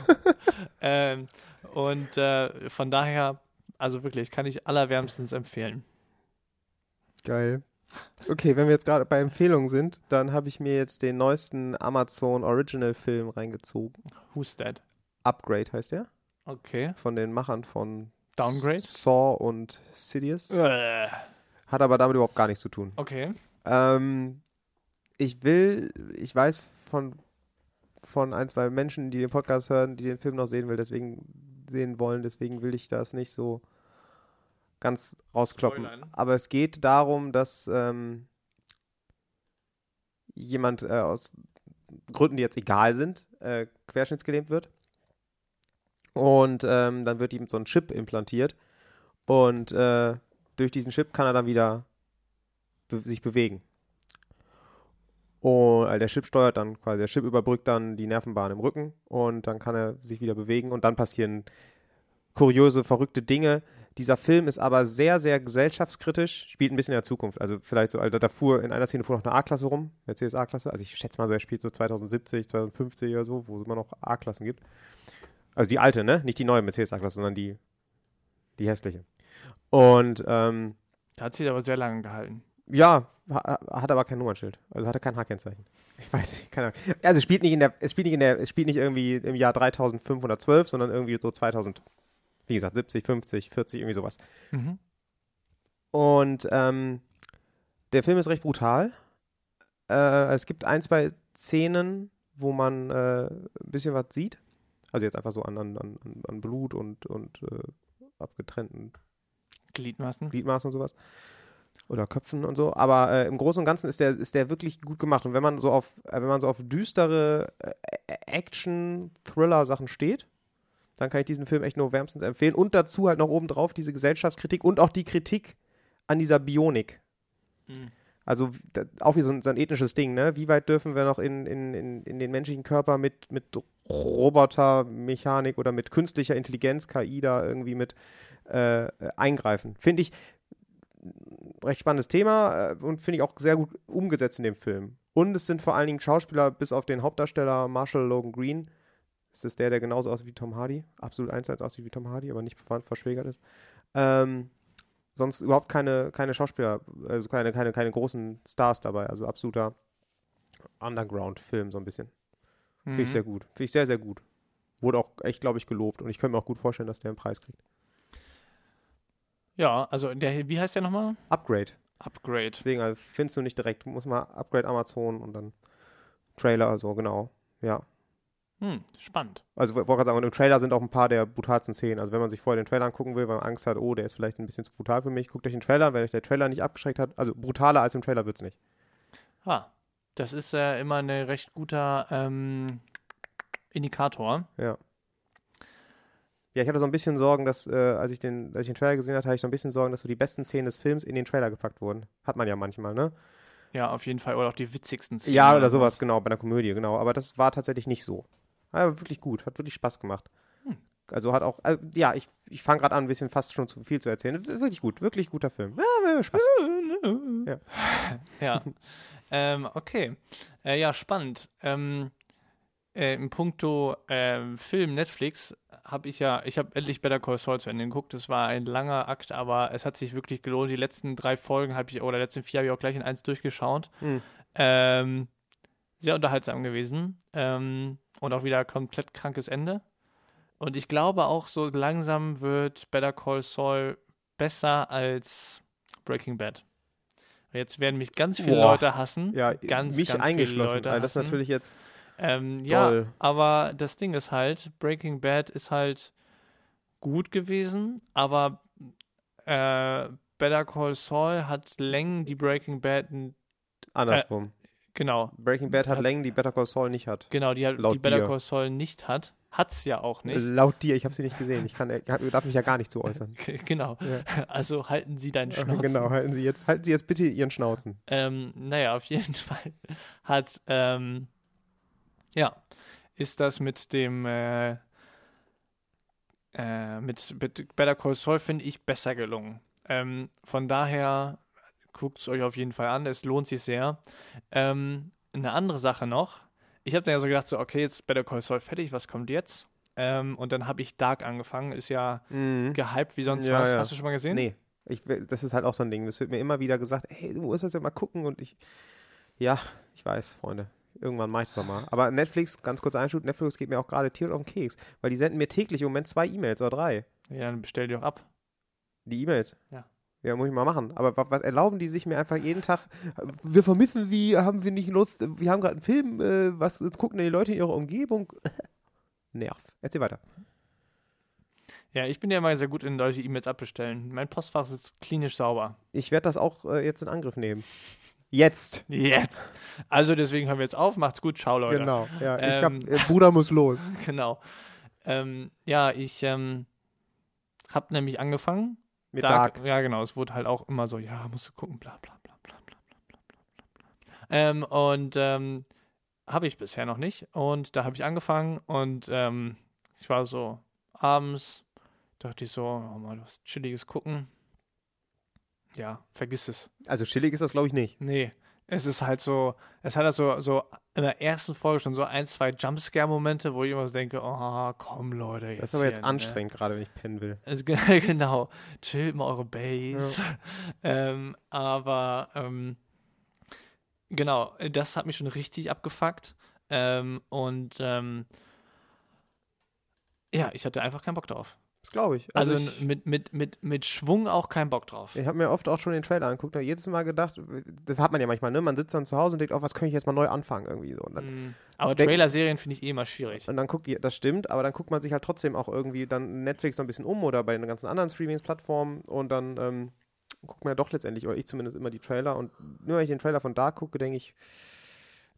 ähm, und äh, von daher, also wirklich, kann ich allerwärmstens empfehlen. Geil. Okay, wenn wir jetzt gerade bei Empfehlungen sind, dann habe ich mir jetzt den neuesten Amazon Original Film reingezogen. Who's that? Upgrade heißt der. Okay. Von den Machern von Downgrade? Saw und Sidious. Äh, Hat aber damit überhaupt gar nichts zu tun. Okay. Ähm, ich will, ich weiß von, von ein, zwei Menschen, die den Podcast hören, die den Film noch sehen will, deswegen sehen wollen, deswegen will ich das nicht so ganz rauskloppen. Spoilern. Aber es geht darum, dass ähm, jemand äh, aus Gründen, die jetzt egal sind, äh, querschnittsgelähmt wird. Und ähm, dann wird ihm so ein Chip implantiert. Und äh, durch diesen Chip kann er dann wieder be sich bewegen. Und äh, der Chip steuert dann quasi, der Chip überbrückt dann die Nervenbahn im Rücken und dann kann er sich wieder bewegen und dann passieren kuriose, verrückte Dinge. Dieser Film ist aber sehr, sehr gesellschaftskritisch, spielt ein bisschen in der Zukunft. Also vielleicht so, also da fuhr in einer Szene fuhr noch eine A-Klasse rum, Mercedes A-Klasse. Also ich schätze mal, so, er spielt so 2070, 2050 oder so, wo es immer noch A-Klassen gibt. Also die alte, ne? Nicht die neue Mercedes A-Klasse, sondern die, die hässliche. Und ähm, Da hat sie aber sehr lange gehalten. ja, ha- hat aber kein Nummernschild. Also hat er kein H-Kennzeichen. Ich weiß nicht, keine Ahnung. Also es spielt nicht in der, es spielt nicht in der, es spielt nicht irgendwie im Jahr 3512, sondern irgendwie so 2000, wie gesagt, 70, 50, 40, irgendwie sowas. Mhm. Und ähm, der Film ist recht brutal. Äh, es gibt ein, zwei Szenen, wo man äh, ein bisschen was sieht. Also jetzt einfach so an, an, an, an Blut und, und äh, abgetrennten Gliedmaßen. Gliedmaßen und sowas. oder Köpfen und so. Aber äh, im Großen und Ganzen ist der, ist der wirklich gut gemacht. Und wenn man so auf, äh, wenn man so auf düstere äh, Action-Thriller-Sachen steht, dann kann ich diesen Film echt nur wärmstens empfehlen. Und dazu halt noch obendrauf diese Gesellschaftskritik und auch die Kritik an dieser Bionik. Mhm. Also wie- da- auch wie so ein, so ein ethnisches Ding, ne? Wie weit dürfen wir noch in, in, in, in den menschlichen Körper mit, mit Robotermechanik oder mit künstlicher Intelligenz, KI da irgendwie mit äh, eingreifen? Finde ich ein recht spannendes Thema äh, und finde ich auch sehr gut umgesetzt in dem Film. Und es sind vor allen Dingen Schauspieler, bis auf den Hauptdarsteller Marshall Logan Green. Ist das der, der genauso aussieht wie Tom Hardy? Absolut eins zu eins aussieht wie Tom Hardy, aber nicht verwandt, verschwägert ist. Ähm, sonst überhaupt keine, keine Schauspieler, also keine, keine, keine großen Stars dabei. Also absoluter Underground-Film so ein bisschen. Finde ich Mhm. sehr gut. Finde ich sehr, sehr gut. Wurde auch echt, glaube ich, gelobt. Und ich könnte mir auch gut vorstellen, dass der einen Preis kriegt. Ja, also der, wie heißt der nochmal? Upgrade. Upgrade. Deswegen also findest du nicht direkt. Muss mal Upgrade Amazon und dann Trailer, so genau. Ja. Hm, spannend. Also wollte gerade sagen, und im Trailer sind auch ein paar der brutalsten Szenen. Also wenn man sich vorher den Trailer angucken will, weil man Angst hat, oh, der ist vielleicht ein bisschen zu brutal für mich, guckt euch den Trailer an, wenn euch der Trailer nicht abgeschreckt hat. Also brutaler als im Trailer wird es nicht. Ah, das ist äh, immer ein recht guter ähm, Indikator. Ja, ich hatte so ein bisschen Sorgen, dass, äh, als, ich den, als ich den Trailer gesehen hatte, hatte ich so ein bisschen Sorgen, dass so die besten Szenen des Films in den Trailer gepackt wurden. Hat man ja manchmal, ne? Ja, auf jeden Fall. Oder auch die witzigsten Szenen. Ja, oder sowas, genau, bei einer Komödie, genau. Aber das war tatsächlich nicht so. Aber wirklich gut, hat wirklich Spaß gemacht. Hm. Also hat auch, also, ja, ich, ich fange gerade an, ein bisschen fast schon zu viel zu erzählen. Wirklich gut, wirklich guter Film. Ja, ja, Spaß. Ja. ja. ähm, okay. Äh, ja, spannend. Ähm, äh, in puncto ähm, Film Netflix habe ich ja, ich habe endlich Better Call Saul zu Ende geguckt. Das war ein langer Akt, aber es hat sich wirklich gelohnt. Die letzten drei Folgen habe ich, oder letzten vier habe ich auch gleich in eins durchgeschaut. Hm. Ähm, sehr unterhaltsam gewesen. Ähm, und auch wieder komplett krankes Ende. Und ich glaube auch, so langsam wird Better Call Saul besser als Breaking Bad. Jetzt werden mich ganz viele Boah. Leute hassen. Ja, äh, ganz, mich ganz eingeschlossen. Viele Leute also das ist hassen. natürlich jetzt Ähm, ja, toll. aber das Ding ist halt, Breaking Bad ist halt gut gewesen, aber äh, Better Call Saul hat Längen, die Breaking Bad, n- andersrum. genau, Breaking Bad hat hat- Längen, die Better Call Saul nicht hat. genau, die, hat- Laut die Better dir. Also Call Saul nicht hat, hat's ja auch nicht. Laut dir, ich habe sie nicht gesehen. Ich kann, ich darf mich ja gar nicht zu äußern. G- Genau. Also halten Sie deinen Schnauzen. Genau, halten Sie jetzt, halten Sie jetzt bitte Ihren Schnauzen. Ähm, naja, auf jeden Fall hat, ähm, ja, ist das mit dem, äh, äh, mit, mit Better Call Saul, finde ich, besser gelungen. Ähm, von daher guckt es euch auf jeden Fall an, es lohnt sich sehr. Ähm, eine andere Sache noch, ich habe dann ja so gedacht, so, okay, jetzt Better Call Saul fertig, was kommt jetzt? Ähm, und dann habe ich Dark angefangen, ist ja Mhm. gehypt wie sonst Ja, was. ja. Hast du schon mal gesehen? Nee, ich, will- das ist halt auch so ein Ding. Das wird mir immer wieder gesagt, hey, du musst das ja mal gucken und ich, ja, ich weiß, Freunde. Irgendwann mache ich das auch mal. Aber Netflix, ganz kurz einschub, Netflix geht mir auch gerade tierisch auf den Keks, weil die senden mir täglich im Moment zwei E-Mails oder drei. Ja, dann bestell die doch ab. Die E-Mails. Ja. Ja, muss ich mal machen. Aber wa- was erlauben die sich mir einfach jeden Tag? Wir vermissen sie, haben wir nicht Lust, wir haben gerade einen Film, äh, was jetzt gucken denn die Leute in ihrer Umgebung? Nerv. Erzähl weiter. Ja, ich bin ja mal sehr gut in Leute E-Mails abbestellen. Mein Postfach ist klinisch sauber. Ich werde das auch äh, jetzt in Angriff nehmen. Jetzt. Jetzt. Also deswegen hören wir jetzt auf. Macht's gut. Ciao, Leute. Genau. Ja, Ähm. ich hab, äh, Bruder muss los. Genau. Ähm, ja, ich ähm, hab nämlich angefangen. Mit Dark- Dark. Ja, genau. Es wurde halt auch immer so, ja, musst du gucken, bla bla bla bla bla bla bla. bla, bla. Ähm, und ähm, habe ich bisher noch nicht. Und da habe ich angefangen und ähm, ich war so abends, dachte ich so, oh, mal was Chilliges gucken. Ja, vergiss es. Also chillig ist das, glaube ich, nicht. Nee, es ist halt so, es hat halt so, so in der ersten Folge schon so ein, zwei Jumpscare-Momente, wo ich immer so denke, oh, komm Leute. Jetzt Das ist aber jetzt hier, ne? anstrengend, gerade wenn ich pennen will. Also, ge- genau, chillt mal eure Base. Ähm, aber ähm, genau, das hat mich schon richtig abgefuckt. Ähm, und ähm, ja, ich hatte einfach keinen Bock drauf. Das glaube ich. Also, Also, ich, mit, mit, mit, mit Schwung auch keinen Bock drauf. ich habe mir oft auch schon den Trailer angeguckt und jedes Mal gedacht, das hat man ja manchmal, ne? Man sitzt dann zu Hause und denkt, oh, was könnte ich jetzt mal neu anfangen irgendwie so. Und dann, Mm, Aber Denk- Also Trailer-Serien finde ich eh immer schwierig. und dann guckt ihr, das stimmt, aber dann guckt man sich halt trotzdem auch irgendwie dann Netflix so ein bisschen um oder bei den ganzen anderen Streamings-Plattformen und dann ähm, gucke mir ja doch letztendlich, oder ich zumindest immer die Trailer und nur wenn ich den Trailer von Dark gucke, denke ich,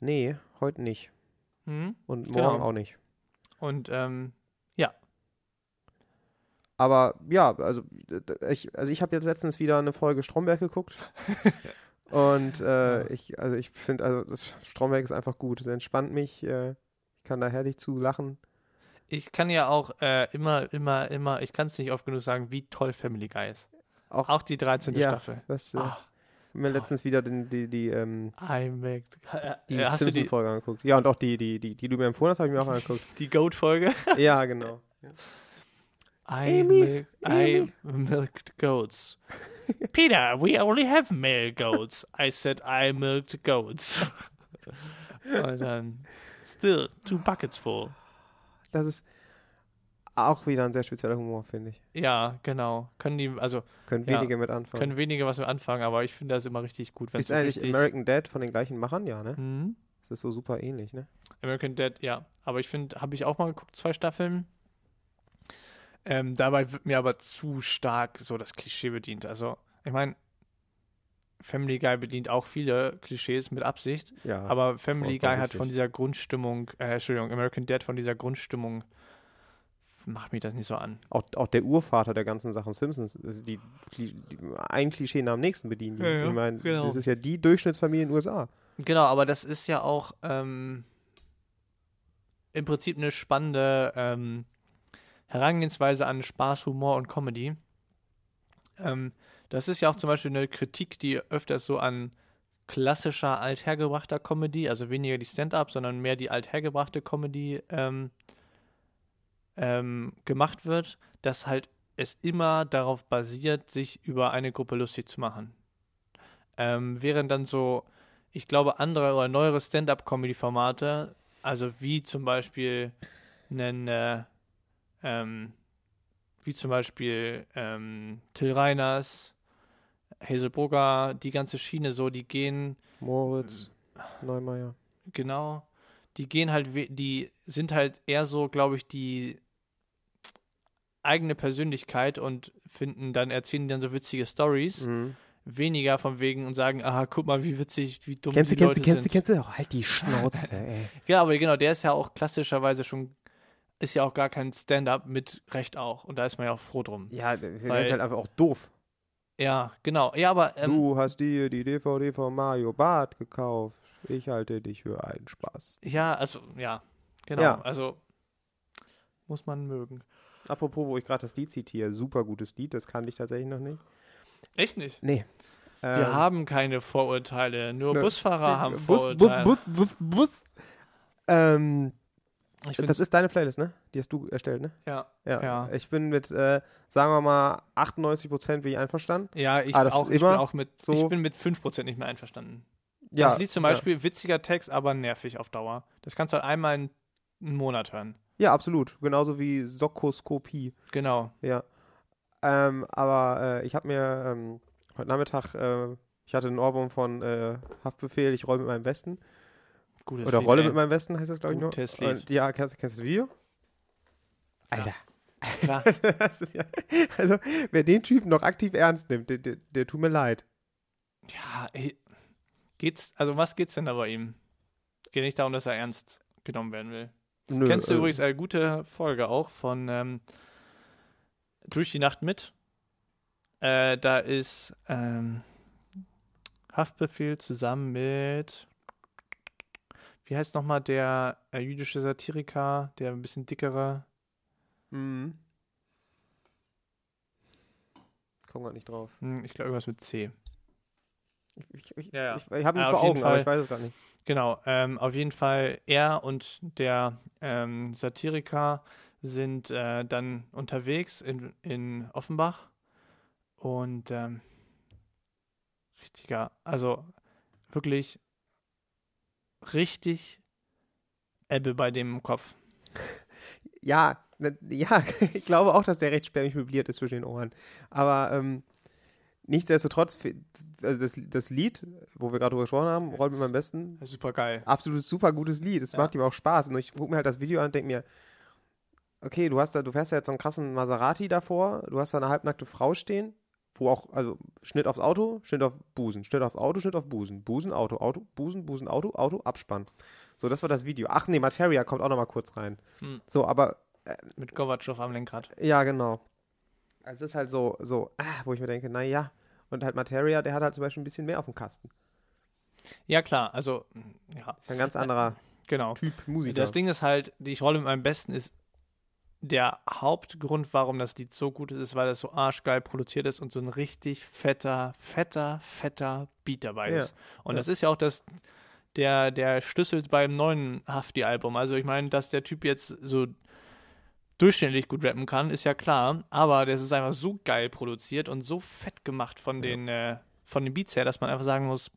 nee, heute nicht. Mhm. Und Genau. morgen auch nicht. Und ähm, Aber ja, also äh, ich, also ich habe jetzt letztens wieder eine Folge Stromberg geguckt. und äh, ich, also ich finde, also das Stromberg ist einfach gut. Es entspannt mich. Äh, ich kann da herrlich zu lachen. ich kann ja auch äh, immer, immer, immer, ich kann es nicht oft genug sagen, wie toll Family Guy ist. Auch- Auch die 13. Ja. Staffel. Das äh, Ah, hab mir toll. letztens wieder den, die, die, ähm, I'm back. die Äh, hast du die, Simpson-Folge angeguckt. Ja, und auch die, die, die, die du mir empfohlen hast, habe ich mir auch angeguckt. die Goat-Folge? ja, genau. I, Amy, milk, I milked goats. Peter, we only have male goats. I said I milked goats. Und dann, still, two buckets full. Das ist auch wieder ein sehr spezieller Humor, finde ich. Ja, genau. Können die, also Können Ja. wenige mit anfangen. können wenige was mit anfangen, aber ich finde das immer richtig gut, wenn ist es eigentlich richtig. American Dad von den gleichen Machern? Ja, ne? Mhm. Das ist so super ähnlich, ne? American Dad, ja. Aber ich finde, habe ich auch mal geguckt, zwei Staffeln. Ähm, dabei wird mir aber zu stark so das Klischee bedient. Also, ich meine, Family Guy bedient auch viele Klischees mit Absicht, Ja. aber Family vollkommen Guy hat von richtig. dieser Grundstimmung, äh, Entschuldigung, American Dad von dieser Grundstimmung, macht mich das nicht so an. auch, auch der Urvater der ganzen Sachen Simpsons, also die, die, die ein Klischee nach dem nächsten bedienen. die. Ja, ja, ich meine, genau. das ist ja die Durchschnittsfamilie in den USA. Genau, aber das ist ja auch ähm, im Prinzip eine spannende ähm, Herangehensweise an Spaß, Humor und Comedy. Ähm, das ist ja auch zum Beispiel eine Kritik, die öfters so an klassischer, althergebrachter Comedy, also weniger die Stand-up, sondern mehr die althergebrachte Comedy ähm, ähm, gemacht wird, dass halt es immer darauf basiert, sich über eine Gruppe lustig zu machen. Ähm, während dann so ich glaube, andere oder neuere Stand-up-Comedy-Formate, also wie zum Beispiel einen, äh, ähm, wie zum Beispiel ähm, Till Reiners, Hazel Brugger, die ganze Schiene so, die gehen, Moritz, Neumeier. genau, die gehen halt, we- die sind halt eher so, glaube ich, die eigene Persönlichkeit und finden dann, erzählen dann so witzige Stories, Mhm. weniger von wegen und sagen, aha, guck mal, wie witzig, wie dumm Kennst du, die kennst Leute du, kennst sind. du, kennst du? Oh, halt die Schnauze, ey. Ja, aber genau, der ist ja auch klassischerweise schon, ist ja auch gar kein Stand-up, mit Recht auch. Und da ist man ja auch froh drum. Ja, der ist Weil- halt einfach auch doof. Ja, genau. Ja, aber ähm, du hast dir die DVD von Mario Barth gekauft. Ich halte dich für einen Spaß. ja, also, ja, genau. Ja. Also muss man mögen. Apropos, wo ich gerade das Lied zitiere, super gutes Lied, das kannte ich tatsächlich noch nicht. Ähm, Echt nicht. Nee. Wir haben keine Vorurteile, nur Äh. Nö. Busfahrer haben Bus, Bus, Vorurteile. Bus, Bus, Bus. Ähm, ich das finde, ist deine Playlist, ne? Die hast du erstellt, ne? ja, Ja. Ja. Ich bin mit, äh, sagen wir mal, 98 Prozent bin ich einverstanden. ja, ich, Ah, das auch, ist ich bin immer auch mit, so- ich bin mit 5% nicht mehr einverstanden. Ja. das Lied zum Beispiel, witziger Text, aber nervig auf Dauer. Das kannst du halt einmal in- einen Monat hören. Ja, ja absolut. Genauso wie Sokoskopie. Genau. Ja. Ähm, aber äh, ich habe mir ähm, heute Nachmittag, äh, ich hatte einen Ohrwurm von äh, Haftbefehl, ich roll mit meinem Westen. Gutes Oder Lied, Rolle ey. mit meinem Westen heißt das, glaube ich, nur. Gutes Lied. Und, ja, kennst, kennst du das Video? Alter. Klar. das ist ja, also, wer den Typen noch aktiv ernst nimmt, der, der, der tut mir leid. Ja, ey, geht's, also was geht's denn da bei ihm? Geht nicht darum, dass er ernst genommen werden will. Nö, Kennst du äh, übrigens eine gute Folge auch von ähm, Durch die Nacht mit? Äh, da ist ähm, Haftbefehl zusammen mit, wie heißt nochmal der äh, jüdische Satiriker, der ein bisschen dickere, Mhm. Komm grad nicht drauf. Hm, ich glaube irgendwas mit C. Ich, ich, ich, Ja, ja. ich, ich habe ihn Ah, vor auf jeden Augen, aber Fall. ich weiß es gar nicht. Genau, ähm, auf jeden Fall er und der ähm, Satiriker sind äh, dann unterwegs in, in Offenbach und ähm, richtiger, also wirklich richtig Ebbe bei dem im Kopf. Ja, ne, ja, ich glaube auch, dass der recht spärlich möbliert ist zwischen den Ohren. Aber ähm, nichtsdestotrotz, fe- also das, das Lied, wo wir gerade drüber gesprochen haben, Rollt mit meinem Besten, Super geil. absolut super gutes Lied. Es Ja. macht ihm auch Spaß. Und ich gucke mir halt das Video an und denke mir, okay, du, hast da, du fährst da jetzt so einen krassen Maserati davor, du hast da eine halbnackte Frau stehen, wo auch, also Schnitt aufs Auto, Schnitt auf Busen, Schnitt aufs Auto, Schnitt auf Busen, Busen, Auto, Auto, Busen, Busen, Auto, Auto, Abspann. So, das war das Video. Ach nee, Materia kommt auch nochmal kurz rein. Hm. So, aber Mit Kovatschow am Lenkrad. ja, genau. Also es ist halt so, so, ah, wo ich mir denke, naja. Und halt Materia, der hat halt zum Beispiel ein bisschen mehr auf dem Kasten. Ja, klar, also, mh, ja, Ist ja ein ganz anderer genau. Typ Musiker. Das Ding ist halt, die Rolle mit meinem Besten ist der Hauptgrund, warum das Lied so gut ist, ist, weil das so arschgeil produziert ist und so ein richtig fetter, fetter, fetter Beat dabei Ja. ist. Und Ja. das ist ja auch das, der, der Schlüssel beim neuen Hafti-Album. Also ich meine, dass der Typ jetzt so durchschnittlich gut rappen kann, ist ja klar, aber das ist einfach so geil produziert und so fett gemacht von Ja. den äh, von den Beats her, dass man einfach sagen muss,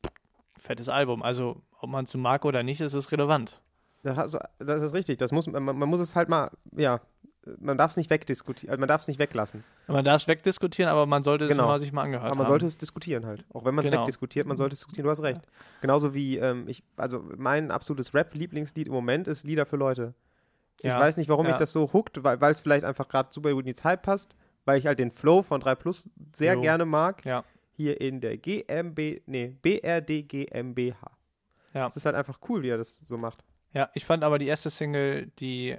fettes Album. Also ob man zu mag oder nicht, ist es relevant. Das, hast du- das ist richtig. Das muss, man, man muss es halt mal, ja, man darf es nicht wegdiskutieren, also man darf es nicht weglassen. Man darf es wegdiskutieren, aber man sollte es Genau. mal sich mal angehört Aber man haben. sollte es diskutieren halt. Auch wenn man es Genau. wegdiskutiert, man sollte es diskutieren, du hast recht. Genauso wie, ähm, ich, also mein absolutes Rap-Lieblingslied im Moment ist Lieder für Leute. Ja. Ich weiß nicht, warum Ja. mich das so huckt, weil weil es vielleicht einfach gerade super gut in die Zeit passt, weil ich halt den Flow von 3 Plus sehr Jo. gerne mag. Ja. Hier in der GMB, nee, BRD GmbH. Ja. Es ist halt einfach cool, wie er das so macht. ja, ich fand aber die erste Single, die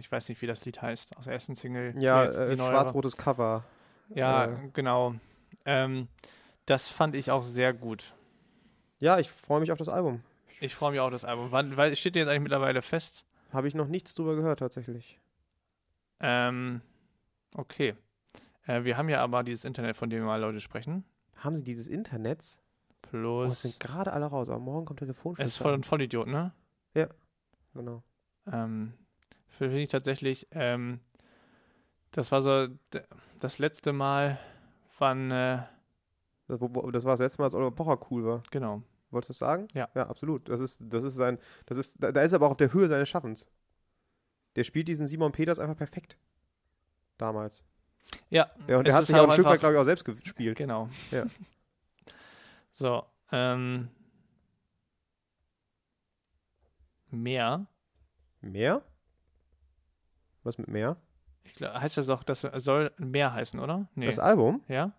ich weiß nicht, wie das Lied heißt, aus der ersten Single. die Ja, jetzt die äh, neuere. schwarz-rotes Cover. Ja, äh. genau. Ähm, das fand ich auch sehr gut. Ja, ich freue mich auf das Album. Ich freue mich auch auf das Album. Wann, weil, steht denn jetzt eigentlich mittlerweile fest? Habe ich noch nichts drüber gehört tatsächlich. Ähm, okay. Äh, wir haben ja aber dieses Internet, von dem mal Leute sprechen. Haben sie dieses Internets? Oh, es Plus. sind gerade alle raus, aber morgen kommt Telefonschlüssel. es ist voll ein Vollidiot, ne? Genau. Ähm, Finde ich tatsächlich, ähm, das war so d- das letzte Mal, wann, äh, Das, wo, wo, das war das letzte Mal, als Oliver Pocher cool war. genau. Wolltest du das sagen? Ja. Ja, absolut. Das ist, das ist sein, das ist, da, da ist er aber auch auf der Höhe seines Schaffens. Der spielt diesen Simon Peters einfach perfekt. Damals. Ja, Ja, Mhm. und es der hat ist sich auch auch ein Stück weit, einfach- glaube ich, auch selbst gespielt. genau. Ja. So, ähm, mehr. Mehr? Was mit mehr? Ich glaub, heißt das doch, das soll mehr heißen, oder? Nee. Das Album? ja?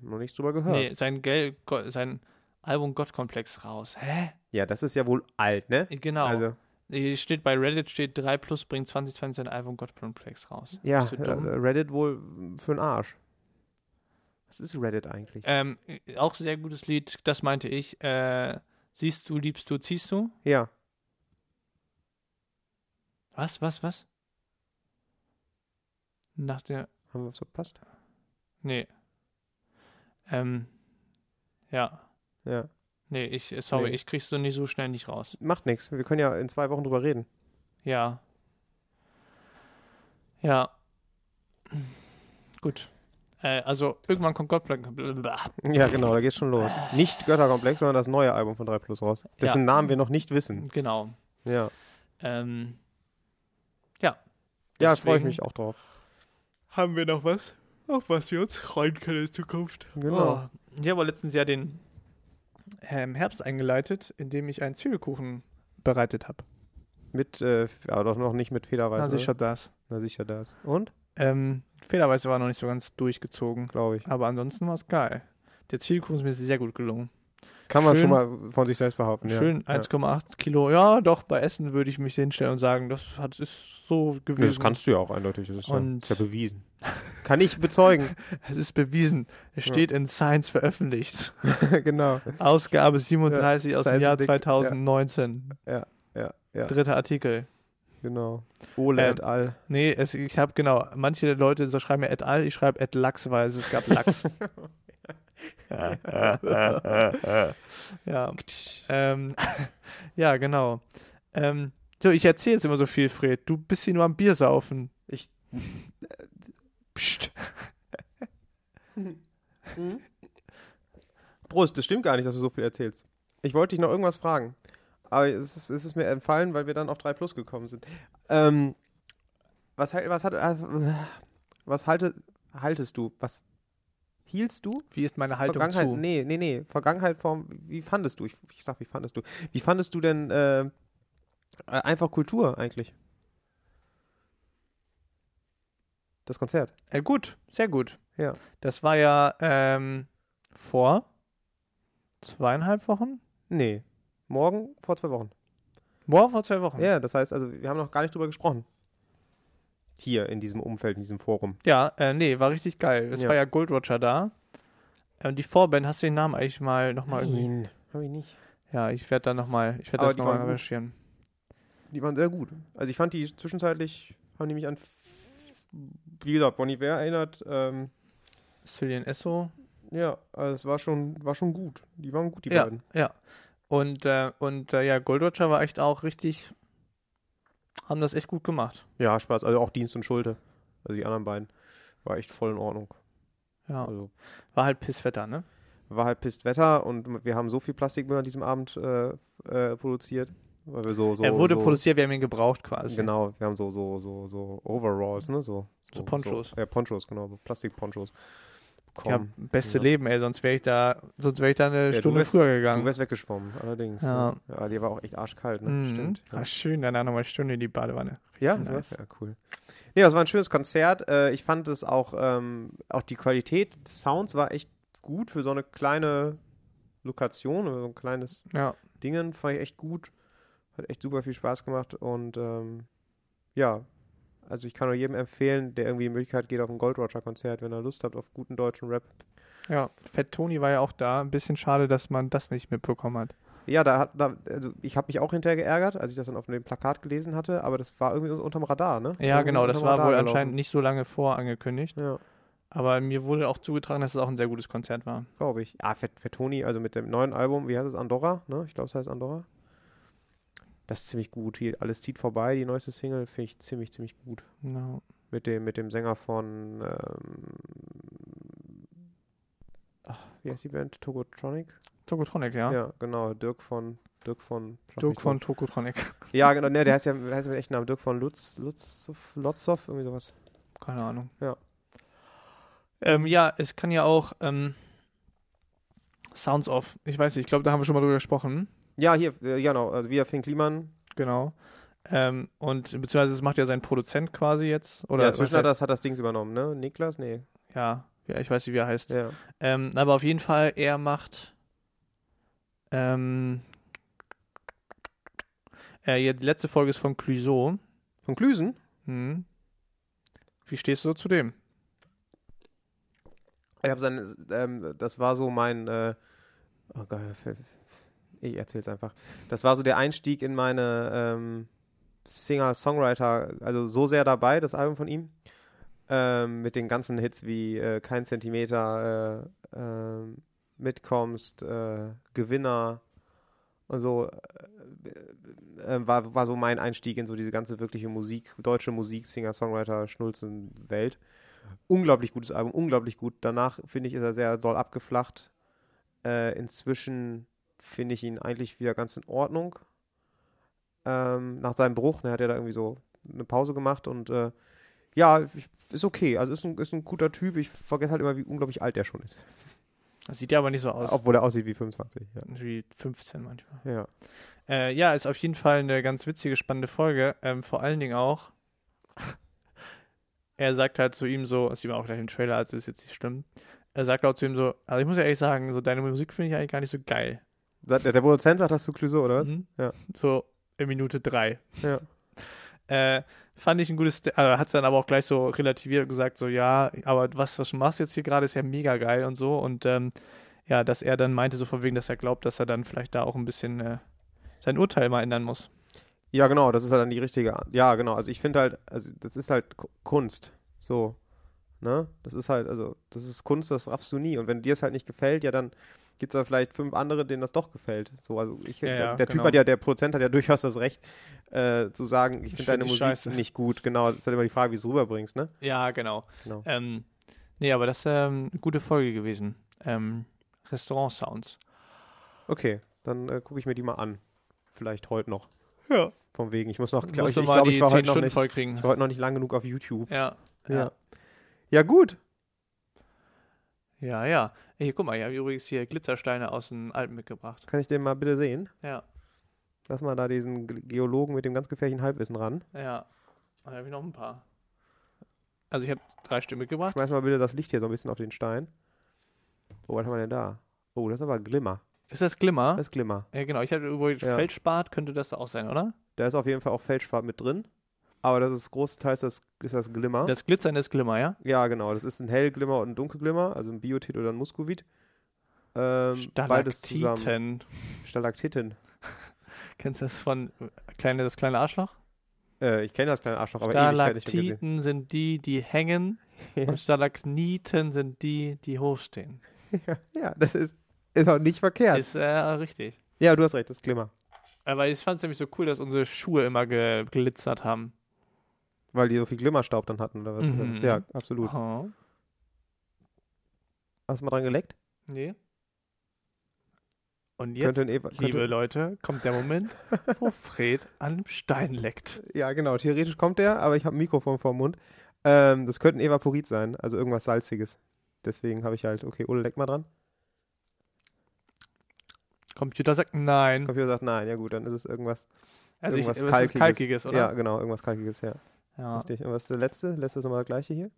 Noch nichts drüber gehört. Nee, sein, Gel Go- sein Album Gottkomplex raus. Hä? Ja, das ist ja wohl alt, ne? Genau. Also, Hier steht bei Reddit steht 3 plus bringt 2020 sein Album Gottkomplex raus. ja, Bist du dumm? äh, Reddit wohl mm, für den Arsch. Was ist Reddit eigentlich? Ähm, äh, auch sehr gutes Lied, das meinte ich. Äh, siehst du, liebst du, ziehst du? Ja. Was, was, was? Nach der. Haben wir was verpasst? Nee. Ähm. Ja. Ja. Nee, ich, äh, sorry, Nee. ich krieg's so nicht so schnell nicht raus. Macht nichts. Wir können ja in zwei Wochen drüber reden. Ja. Ja. Gut. Äh, also, irgendwann kommt Gott. Ja, genau, da geht's schon los. Nicht Götterkomplex, sondern das neue Album von 3 Plus raus. Dessen Ja. Namen wir noch nicht wissen. Genau. Ja. Ähm. Ja, freue ich Deswegen- mich auch drauf. Haben wir noch was? Auf was wir uns freuen können in Zukunft? Genau. Oh, ich habe letztens ja den ähm, Herbst eingeleitet, indem ich einen Zwiebelkuchen bereitet habe. Mit, äh, aber doch noch nicht mit Federweiß. oder? das. Na sicher das. Und? Ähm, Federweise war noch nicht so ganz durchgezogen, Glaube ich. aber ansonsten war es geil. Der Zwiebelkuchen ist mir sehr gut gelungen. Kann man Schön- schon mal von sich selbst behaupten. Ja. Schön ja. 1,8 Kilo. Ja, doch, bei Essen würde ich mich hinstellen und sagen, das hat, ist so gewesen. Nee, Das kannst du ja auch eindeutig. Das ist, Und- ja, ist ja bewiesen. Kann ich bezeugen. es ist bewiesen. Es Ja. steht in Science veröffentlicht. genau. Ausgabe 37 Ja, aus dem Science Jahr Addict- 2019. Ja, ja. Dritter Artikel. Genau. Ole Ähm, et al. Nee, es, ich habe genau. Manche Leute so schreiben mir et al, ich schreibe et Lachs, weil es, es gab Lachs. ja. Ähm, ja, genau. Ähm, so, ich erzähle jetzt immer so viel, Fred. Du bist hier nur am Bier saufen. äh, Ich- Psst. Brust, das stimmt gar nicht, dass du so viel erzählst. Ich wollte dich noch irgendwas fragen. Aber es ist, es ist mir entfallen, weil wir dann auf 3 Plus gekommen sind. Ähm, was, halt- was, hat, was halte, haltest du? Was hielst du? Wie ist meine Haltung Vergangenheit, zu? nee, nee, nee. Vergangenheit vom, wie fandest du? Ich, ich sag, wie fandest du? Wie fandest du denn äh, äh, einfach Kultur eigentlich? Das Konzert. Äh, gut, sehr gut. Ja. Das war ja ähm, vor zweieinhalb Wochen? Nee. Morgen vor zwei Wochen. Boah, vor zwei Wochen. Ja, das heißt, also wir haben noch gar nicht drüber gesprochen. Hier in diesem Umfeld, in diesem Forum. Ja, äh, nee, war richtig geil. Es Ja. war ja Gold Roger da. Äh, Und die Vorband, hast du den Namen eigentlich mal nochmal irgendwie? Hab ich nicht. Ja, ich werde da nochmal, ich werde Aber das die nochmal waren gut. recherchieren. Die waren sehr gut. Also ich fand die zwischenzeitlich, haben die mich an, f- wie gesagt, Bon Iver erinnert. Ähm, Cillian Esso. ja, also es war schon, war schon gut. Die waren gut, die Ja. beiden. Ja. Und, äh, und äh, ja, Gold Roger war echt auch richtig, haben das echt gut gemacht. Ja, Spaß. Also auch Dienst und Schulte. Also die anderen beiden. War echt voll in Ordnung. Ja. Also War halt Pisswetter, ne? war halt pisst Wetter und wir haben so viel Plastikmüll an diesem Abend äh, äh, produziert. Weil wir so, so, er wurde so, produziert, wir haben ihn gebraucht quasi. Genau, wir haben so, so, so, so Overalls, ne? So, So Ponchos. So, ja, Ponchos, genau, so Plastikponchos. Ja, bekommen. beste Ja. Leben, ey, sonst wäre ich da, sonst wäre ich da eine du Stunde wärst- früher Du gegangen. wärst weggeschwommen, allerdings. Ja. ne? ja die war auch echt arschkalt, ne? Mhm. Stimmt. Ah, schön, danach nochmal eine Stunde in die Badewanne. Ja, Richtig ja, nice. ja, cool. Nee, das war ein schönes Konzert. Äh, ich fand es auch, ähm, auch die Qualität des Sounds war echt gut für so eine kleine Lokation oder so ein kleines Ja. Dingen. Fand ich echt gut. Hat echt super viel Spaß gemacht und ähm, ja, also ich kann nur jedem empfehlen, der irgendwie die Möglichkeit hat, geht auf ein Gold Roger Konzert, wenn er Lust hat auf guten deutschen Rap. Ja, Fett Tony war ja auch da. Ein bisschen schade, dass man das nicht mitbekommen hat. Ja, da hat, da, also ich habe mich auch hinterher geärgert, als ich das dann auf dem Plakat gelesen hatte, aber das war irgendwie so unterm Radar, ne? Ja, Irgendwie genau, so das unterm war Radar wohl gelaufen. anscheinend nicht so lange vor angekündigt. Ja, Aber mir wurde auch zugetragen, dass es auch ein sehr gutes Konzert war. glaube ich. Ah, für, für Toni, also mit dem neuen Album, wie heißt es, Andorra, ne? Ich glaube, es heißt Andorra. Das ist ziemlich gut. Hier, alles zieht vorbei, die neueste Single finde ich ziemlich, ziemlich gut. No. Mit dem, mit dem Sänger von ähm, ach, wie heißt die Band? Togotronic? Tokotronic, ja. genau, Dirk von Dirk von schlag Dirk mich von Tokotronic. tot. Ja, genau, ne, der heißt ja der heißt mit echten Namen Dirk von Lutz, Lutz, Lotzov, irgendwie sowas. Keine Ahnung. Ja. Ähm, ja, es kann ja auch ähm, Sounds Off. Ich weiß nicht, ich glaube, da haben wir schon mal drüber gesprochen. Ja, hier, äh, ja, genau, also wir Finn Kliman. Genau. Ähm, und beziehungsweise es macht ja sein Produzent quasi jetzt. Oder ja, was inzwischen hat heißt- halt das, hat das Dings übernommen, ne? Niklas? Nee. ja, ja, ich weiß nicht, wie er heißt. Ja. Ähm, aber auf jeden Fall, er macht ähm, äh, ja, die letzte Folge ist von Clueso. Von Klüsen? Hm. Wie stehst du so zu dem? Ich habe sein, ähm, das war so mein, äh, oh Gott, ich erzähl's einfach. Das war so der Einstieg in meine ähm, Singer-Songwriter, also so sehr dabei, das Album von ihm. Ähm, mit den ganzen Hits wie äh, Kein Zentimeter, äh, ähm, Mitkommst, äh, Gewinner und so. Äh, äh, war, war so mein Einstieg in so diese ganze wirkliche Musik, deutsche Musik, Singer-Songwriter, Schnulzen-Welt unglaublich gutes Album, unglaublich gut. Danach, finde ich, ist er sehr doll abgeflacht. Äh, inzwischen finde ich ihn eigentlich wieder ganz in Ordnung. Ähm, nach seinem Bruch, ne, hat er da irgendwie so eine Pause gemacht und äh, ja, ich, ist okay. Also ist ein, ist ein guter Typ. Ich vergesse halt immer, wie unglaublich alt er schon ist. Das sieht ja aber nicht so aus. Obwohl er aussieht wie 25. Ja. Wie 15 manchmal. ja. Äh, ja, ist auf jeden Fall eine ganz witzige, spannende Folge. Ähm, vor allen Dingen auch, er sagt halt zu ihm so, das sieht man auch gleich im Trailer, also ist jetzt nicht schlimm. Er sagt auch zu ihm so, also ich muss ja ehrlich sagen, so deine Musik finde ich eigentlich gar nicht so geil. Sagt Der der Produzent sagt das zu Clüso, oder was? Mhm. Ja. So in Minute drei. Ja. Äh, fand ich ein gutes, Sta- äh, hat es dann aber auch gleich so relativiert und gesagt, so ja, aber was, was du machst jetzt hier gerade, ist ja mega geil und so. Und ähm, ja, dass er dann meinte, so von wegen, dass er glaubt, dass er dann vielleicht da auch ein bisschen äh, sein Urteil mal ändern muss. Ja, genau, das ist halt dann die richtige. An- Ja, genau. Also ich finde halt, also das ist halt Ku- Kunst. So. Ne? Das ist halt, also, das ist Kunst, das raffst du nie. Und wenn dir es halt nicht gefällt, ja, dann gibt es da vielleicht fünf andere, denen das doch gefällt. So, also ich, Ja, ja, also der Typ genau. hat ja, der Prozent hat ja durchaus das Recht, äh, zu sagen, ich Ich finde find deine die Musik scheiße. nicht gut. Genau, das ist halt immer die Frage, wie du es rüberbringst, ne? Ja, genau. Genau. Ähm, nee, aber das ist ähm, eine gute Folge gewesen. Ähm, Restaurant Sounds. Okay, dann äh, gucke ich mir die mal an. Vielleicht heute noch. Ja. Vom Wegen. Ich muss noch, glaub, Musst ich, du ich mal glaube, ich die war 10 heute noch Stunden nicht, voll kriegen. ich war heute noch nicht lang genug auf YouTube. Ja. Ja. Ja, gut. Ja, ja. Hier, guck mal, ich habe übrigens hier Glitzersteine aus den Alpen mitgebracht. Kann ich den mal bitte sehen? Ja, Lass mal da diesen Ge- Geologen mit dem ganz gefährlichen Halbwissen ran. ja. Da habe ich noch ein paar. Also ich habe drei Stück mitgebracht. Schmeiß mal bitte das Licht hier so ein bisschen auf den Stein. Oh, was haben wir denn da? Oh, das ist aber Glimmer. Ist das Glimmer? Das ist Glimmer. ja, genau. Ich hatte irgendwo Ja. Feldspat, könnte das auch sein, oder? Da ist auf jeden Fall auch Feldschwarz mit drin. Aber das ist großteils das, ist das Glimmer. Das Glitzern ist Glimmer, ja? ja, genau. Das ist ein Hellglimmer und ein Dunkelglimmer, also ein Biotit oder ein Muskovit. Ähm, beides zusammen. Stalaktiten. Stalaktiten. Kennst du das von äh, kleine, das kleine Arschloch? Äh, ich kenne das kleine Arschloch, aber Ewigkeit nicht mehr gesehen. Stalaktiten sind die, die hängen. Ja. Und Stalagniten sind die, die hochstehen. Ja, das ist, ist auch nicht verkehrt. Ist äh, richtig. ja, du hast recht, das ist Glimmer. Aber ich fand es nämlich so cool, dass unsere Schuhe immer ge glitzert haben. Weil die so viel Glimmerstaub dann hatten oder was. Mhm. Ja, absolut. Oh. Hast du mal dran geleckt? Nee. Und jetzt, Könnte ein Eva- liebe könnte- Leute, kommt der Moment, wo Fred an einem Stein leckt. Ja, genau. Theoretisch kommt der, aber ich habe ein Mikrofon vorm Mund. Ähm, das könnte ein Evaporit sein, also irgendwas Salziges. Deswegen habe ich halt, okay, Ole, leck mal dran. Computer sagt nein. Computer sagt, nein, ja gut, dann ist es irgendwas, Also ich, irgendwas es ist kalkiges, oder? Ja, genau, irgendwas Kalkiges, ja. Ja. Richtig. Und was ist der letzte? Letztes nochmal das gleiche hier?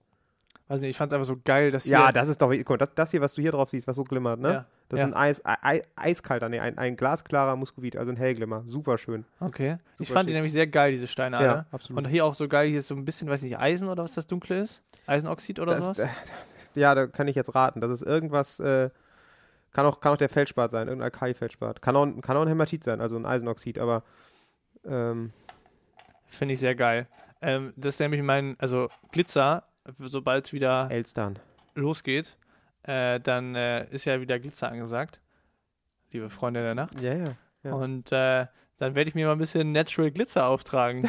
Weiß nicht, ich fand es einfach so geil, dass Ja, hier, das ist doch, guck mal, das, das hier, was du hier drauf siehst, was so glimmert, ne? Ja, Das ja. ist ein Eis, Ei- Ei- eiskalter, nee, ein, ein glasklarer Muskovit, also ein Hellglimmer. Super schön. Okay. ich Super fand die schick. nämlich sehr geil, diese Steine. Ja, alle. absolut. Und hier auch so geil, hier ist so ein bisschen, weiß nicht, Eisen oder was das Dunkle ist? Eisenoxid oder Das, sowas? äh, ja, da kann ich jetzt raten. Das ist irgendwas, äh, kann, auch, kann auch der Feldspat sein, irgendein Alkali-Feldspat. Kann auch, ein- kann auch ein Hämatit sein, also ein Eisenoxid, aber ähm, Finde ich sehr geil. Ähm, das ist nämlich mein, also Glitzer, sobald es wieder Elstern. losgeht, äh, dann äh, ist ja wieder Glitzer angesagt. Liebe Freunde der Nacht. Ja, ja. Ja. Und äh, dann werde ich mir mal ein bisschen Natural Glitzer auftragen.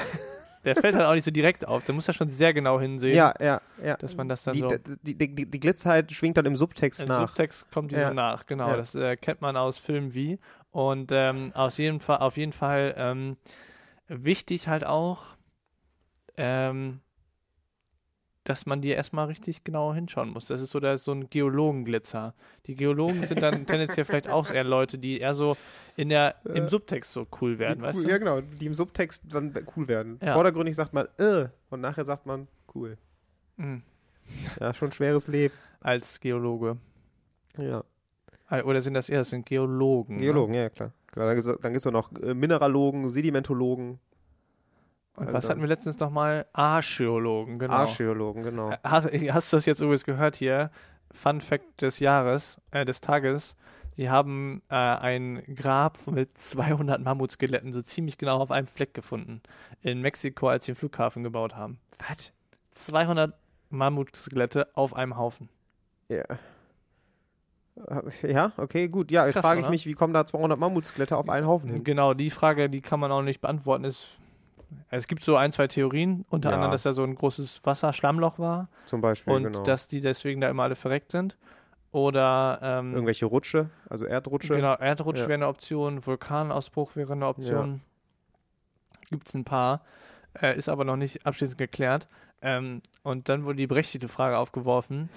der fällt halt auch nicht so direkt auf. Da muss ja schon sehr genau hinsehen, Ja, ja, ja. dass man das dann die, so. die, die, die, die Glitzheit schwingt dann im Subtext Im nach. Subtext kommt die Ja. so nach, genau. Ja. Das äh, kennt man aus Filmen wie. Und ähm, aus jedem Fall, auf jeden Fall ähm, wichtig halt auch, ähm, dass man die erstmal richtig genau hinschauen muss. Das ist so, da ist so ein Geologenglitzer. Die Geologen sind dann tendenziell vielleicht auch eher Leute, die eher so in der, im Äh, Subtext so cool Die werden, cool, weißt Ja, genau, die im Subtext dann cool werden. Ja. Vordergründig sagt man, äh, und nachher sagt man, cool. du? Mhm. Ja, schon schweres Leben. Als Geologe. Ja. Äh, Oder sind das eher, das sind Geologen. ne? Geologen, ja, klar. klar dann gibt es auch noch äh, Mineralogen, Sedimentologen, Und Also was hatten dann- wir letztens nochmal? Archäologen, genau. Archäologen, genau. Hast, hast du das jetzt übrigens gehört hier? Fun Fact des Jahres, äh, des Tages. Die haben äh, ein Grab mit 200 Mammutskeletten so ziemlich genau auf einem Fleck gefunden. In Mexiko, als sie den Flughafen gebaut haben. Was? 200 Mammutskelette auf einem Haufen. Ja. Äh, Ja, okay, gut. Ja, jetzt Krass, frage ich oder? mich, wie kommen da 200 Mammutskelette auf einen Haufen hin? Genau, die Frage, die kann man auch nicht beantworten. Ist, also es gibt so ein, zwei Theorien. Unter Ja. anderem, dass da so ein großes Wasserschlammloch war Zum Beispiel, und genau. dass die deswegen da immer alle verreckt sind. Oder ähm, Irgendwelche Rutsche, also Erdrutsche. Genau, Erdrutsch Ja. wäre eine Option, Vulkanausbruch wäre eine Option. Gibt es ein paar, äh, ist aber noch nicht abschließend geklärt. Ähm, und dann wurde die berechtigte Frage aufgeworfen.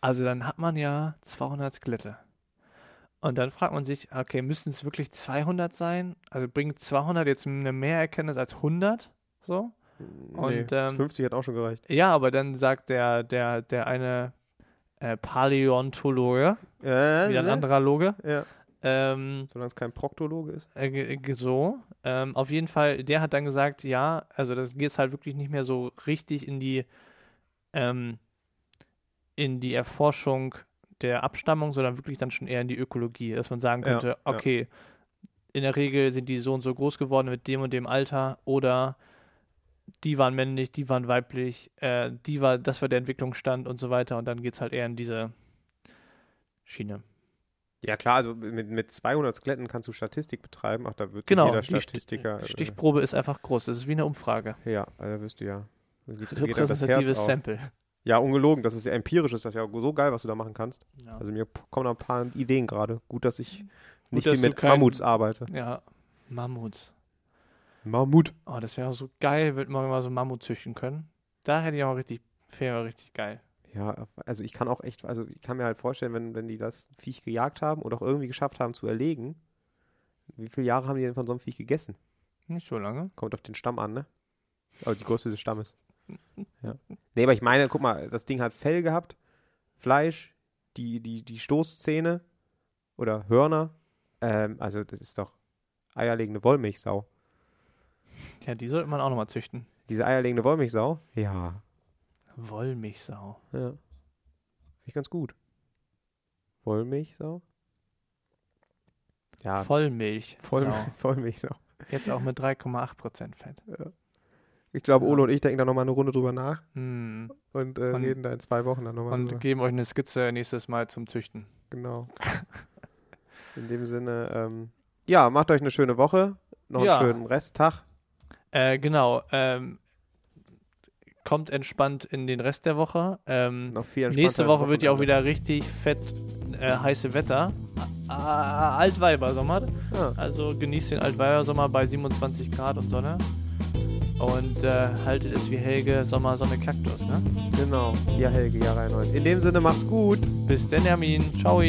Also dann hat man ja 200 Skelette. Und dann fragt man sich, okay, müssen es wirklich 200 sein? Also bringt 200 jetzt eine mehr Erkenntnis als 100? So? nee, und, ähm, 50 hat auch schon gereicht. Ja, aber dann sagt der, der, der eine äh, Paläontologe, Äh, wieder ein ne? anderer Loge, Ja, ähm, solange es kein Proktologe ist. äh, ge- ge- so. Ähm, auf jeden Fall, der hat dann gesagt, ja, also das geht halt wirklich nicht mehr so richtig in die, ähm, in die Erforschung der Abstammung, sondern wirklich dann schon eher in die Ökologie, dass man sagen Ja, könnte, ja. okay, in der Regel sind die so und so groß geworden mit dem und dem Alter oder die waren männlich, die waren weiblich, äh, die war, das war der Entwicklungsstand und so weiter und dann geht es halt eher in diese Schiene. Ja, klar, also mit, mit 200 Skeletten kannst du Statistik betreiben. Ach, da wird sich Genau, jeder die Sti- Statistiker. äh, Stichprobe ist einfach groß, es ist wie eine Umfrage. Ja, also da wirst du ja. da geht- geht einem das Herz repräsentatives auf. Sample. Ja, ungelogen, das ist ja empirisch, ist das ja so geil, was du da machen kannst. Ja. Also mir p- kommen da ein paar Ideen gerade. Gut, dass ich nicht dass viel du mit kein- Mammuts arbeite. ja, Mammuts. Mammut. Oh, das wäre so geil, wenn man mal so einen Mammut züchten können. Da hätte ich auch mal richtig, wäre richtig geil. Ja, also ich kann auch echt, also ich kann mir halt vorstellen, wenn, wenn die das Viech gejagt haben und auch irgendwie geschafft haben zu erlegen, wie viele Jahre haben die denn von so einem Viech gegessen? Nicht so lange. Kommt auf den Stamm an, ne? Aber die Größe des Stammes. Ja. Nee, aber ich meine, guck mal, das Ding hat Fell gehabt, Fleisch, die, die, die Stoßzähne oder Hörner. Ähm, also, das ist doch eierlegende Wollmilchsau. Ja, die sollte man auch nochmal züchten. Diese eierlegende Wollmilchsau? Ja. Wollmilchsau. ja. Finde ich ganz gut. Wollmilchsau? Ja, Vollmilch. Voll, Sau. Vollmilchsau. Jetzt auch mit 3,8% Fett. Ich glaube, Ole und ich denken da nochmal eine Runde drüber nach Hm. und, äh, Und- reden da in zwei Wochen dann nochmal drüber. Und geben euch eine Skizze nächstes Mal zum Züchten. Genau. In dem Sinne, ähm, ja, macht euch eine schöne Woche, noch Ja. einen schönen Resttag. Äh, genau. Ähm, kommt entspannt in den Rest der Woche. Ähm, Noch viel nächste entspannteres Woche wird ja auch Wochenende. wieder richtig fett äh, heiße Wetter. Ah, ah, Altweibersommer. Ja, Also genießt den Altweibersommer bei 27 Grad und Sonne. Und äh, haltet es wie Helge Sommer, Sonne, Kaktus. Ne? genau. Ja, Helge, ja, Reinhold. In dem Sinne, macht's gut. Bis denn, Hermin. Ciao.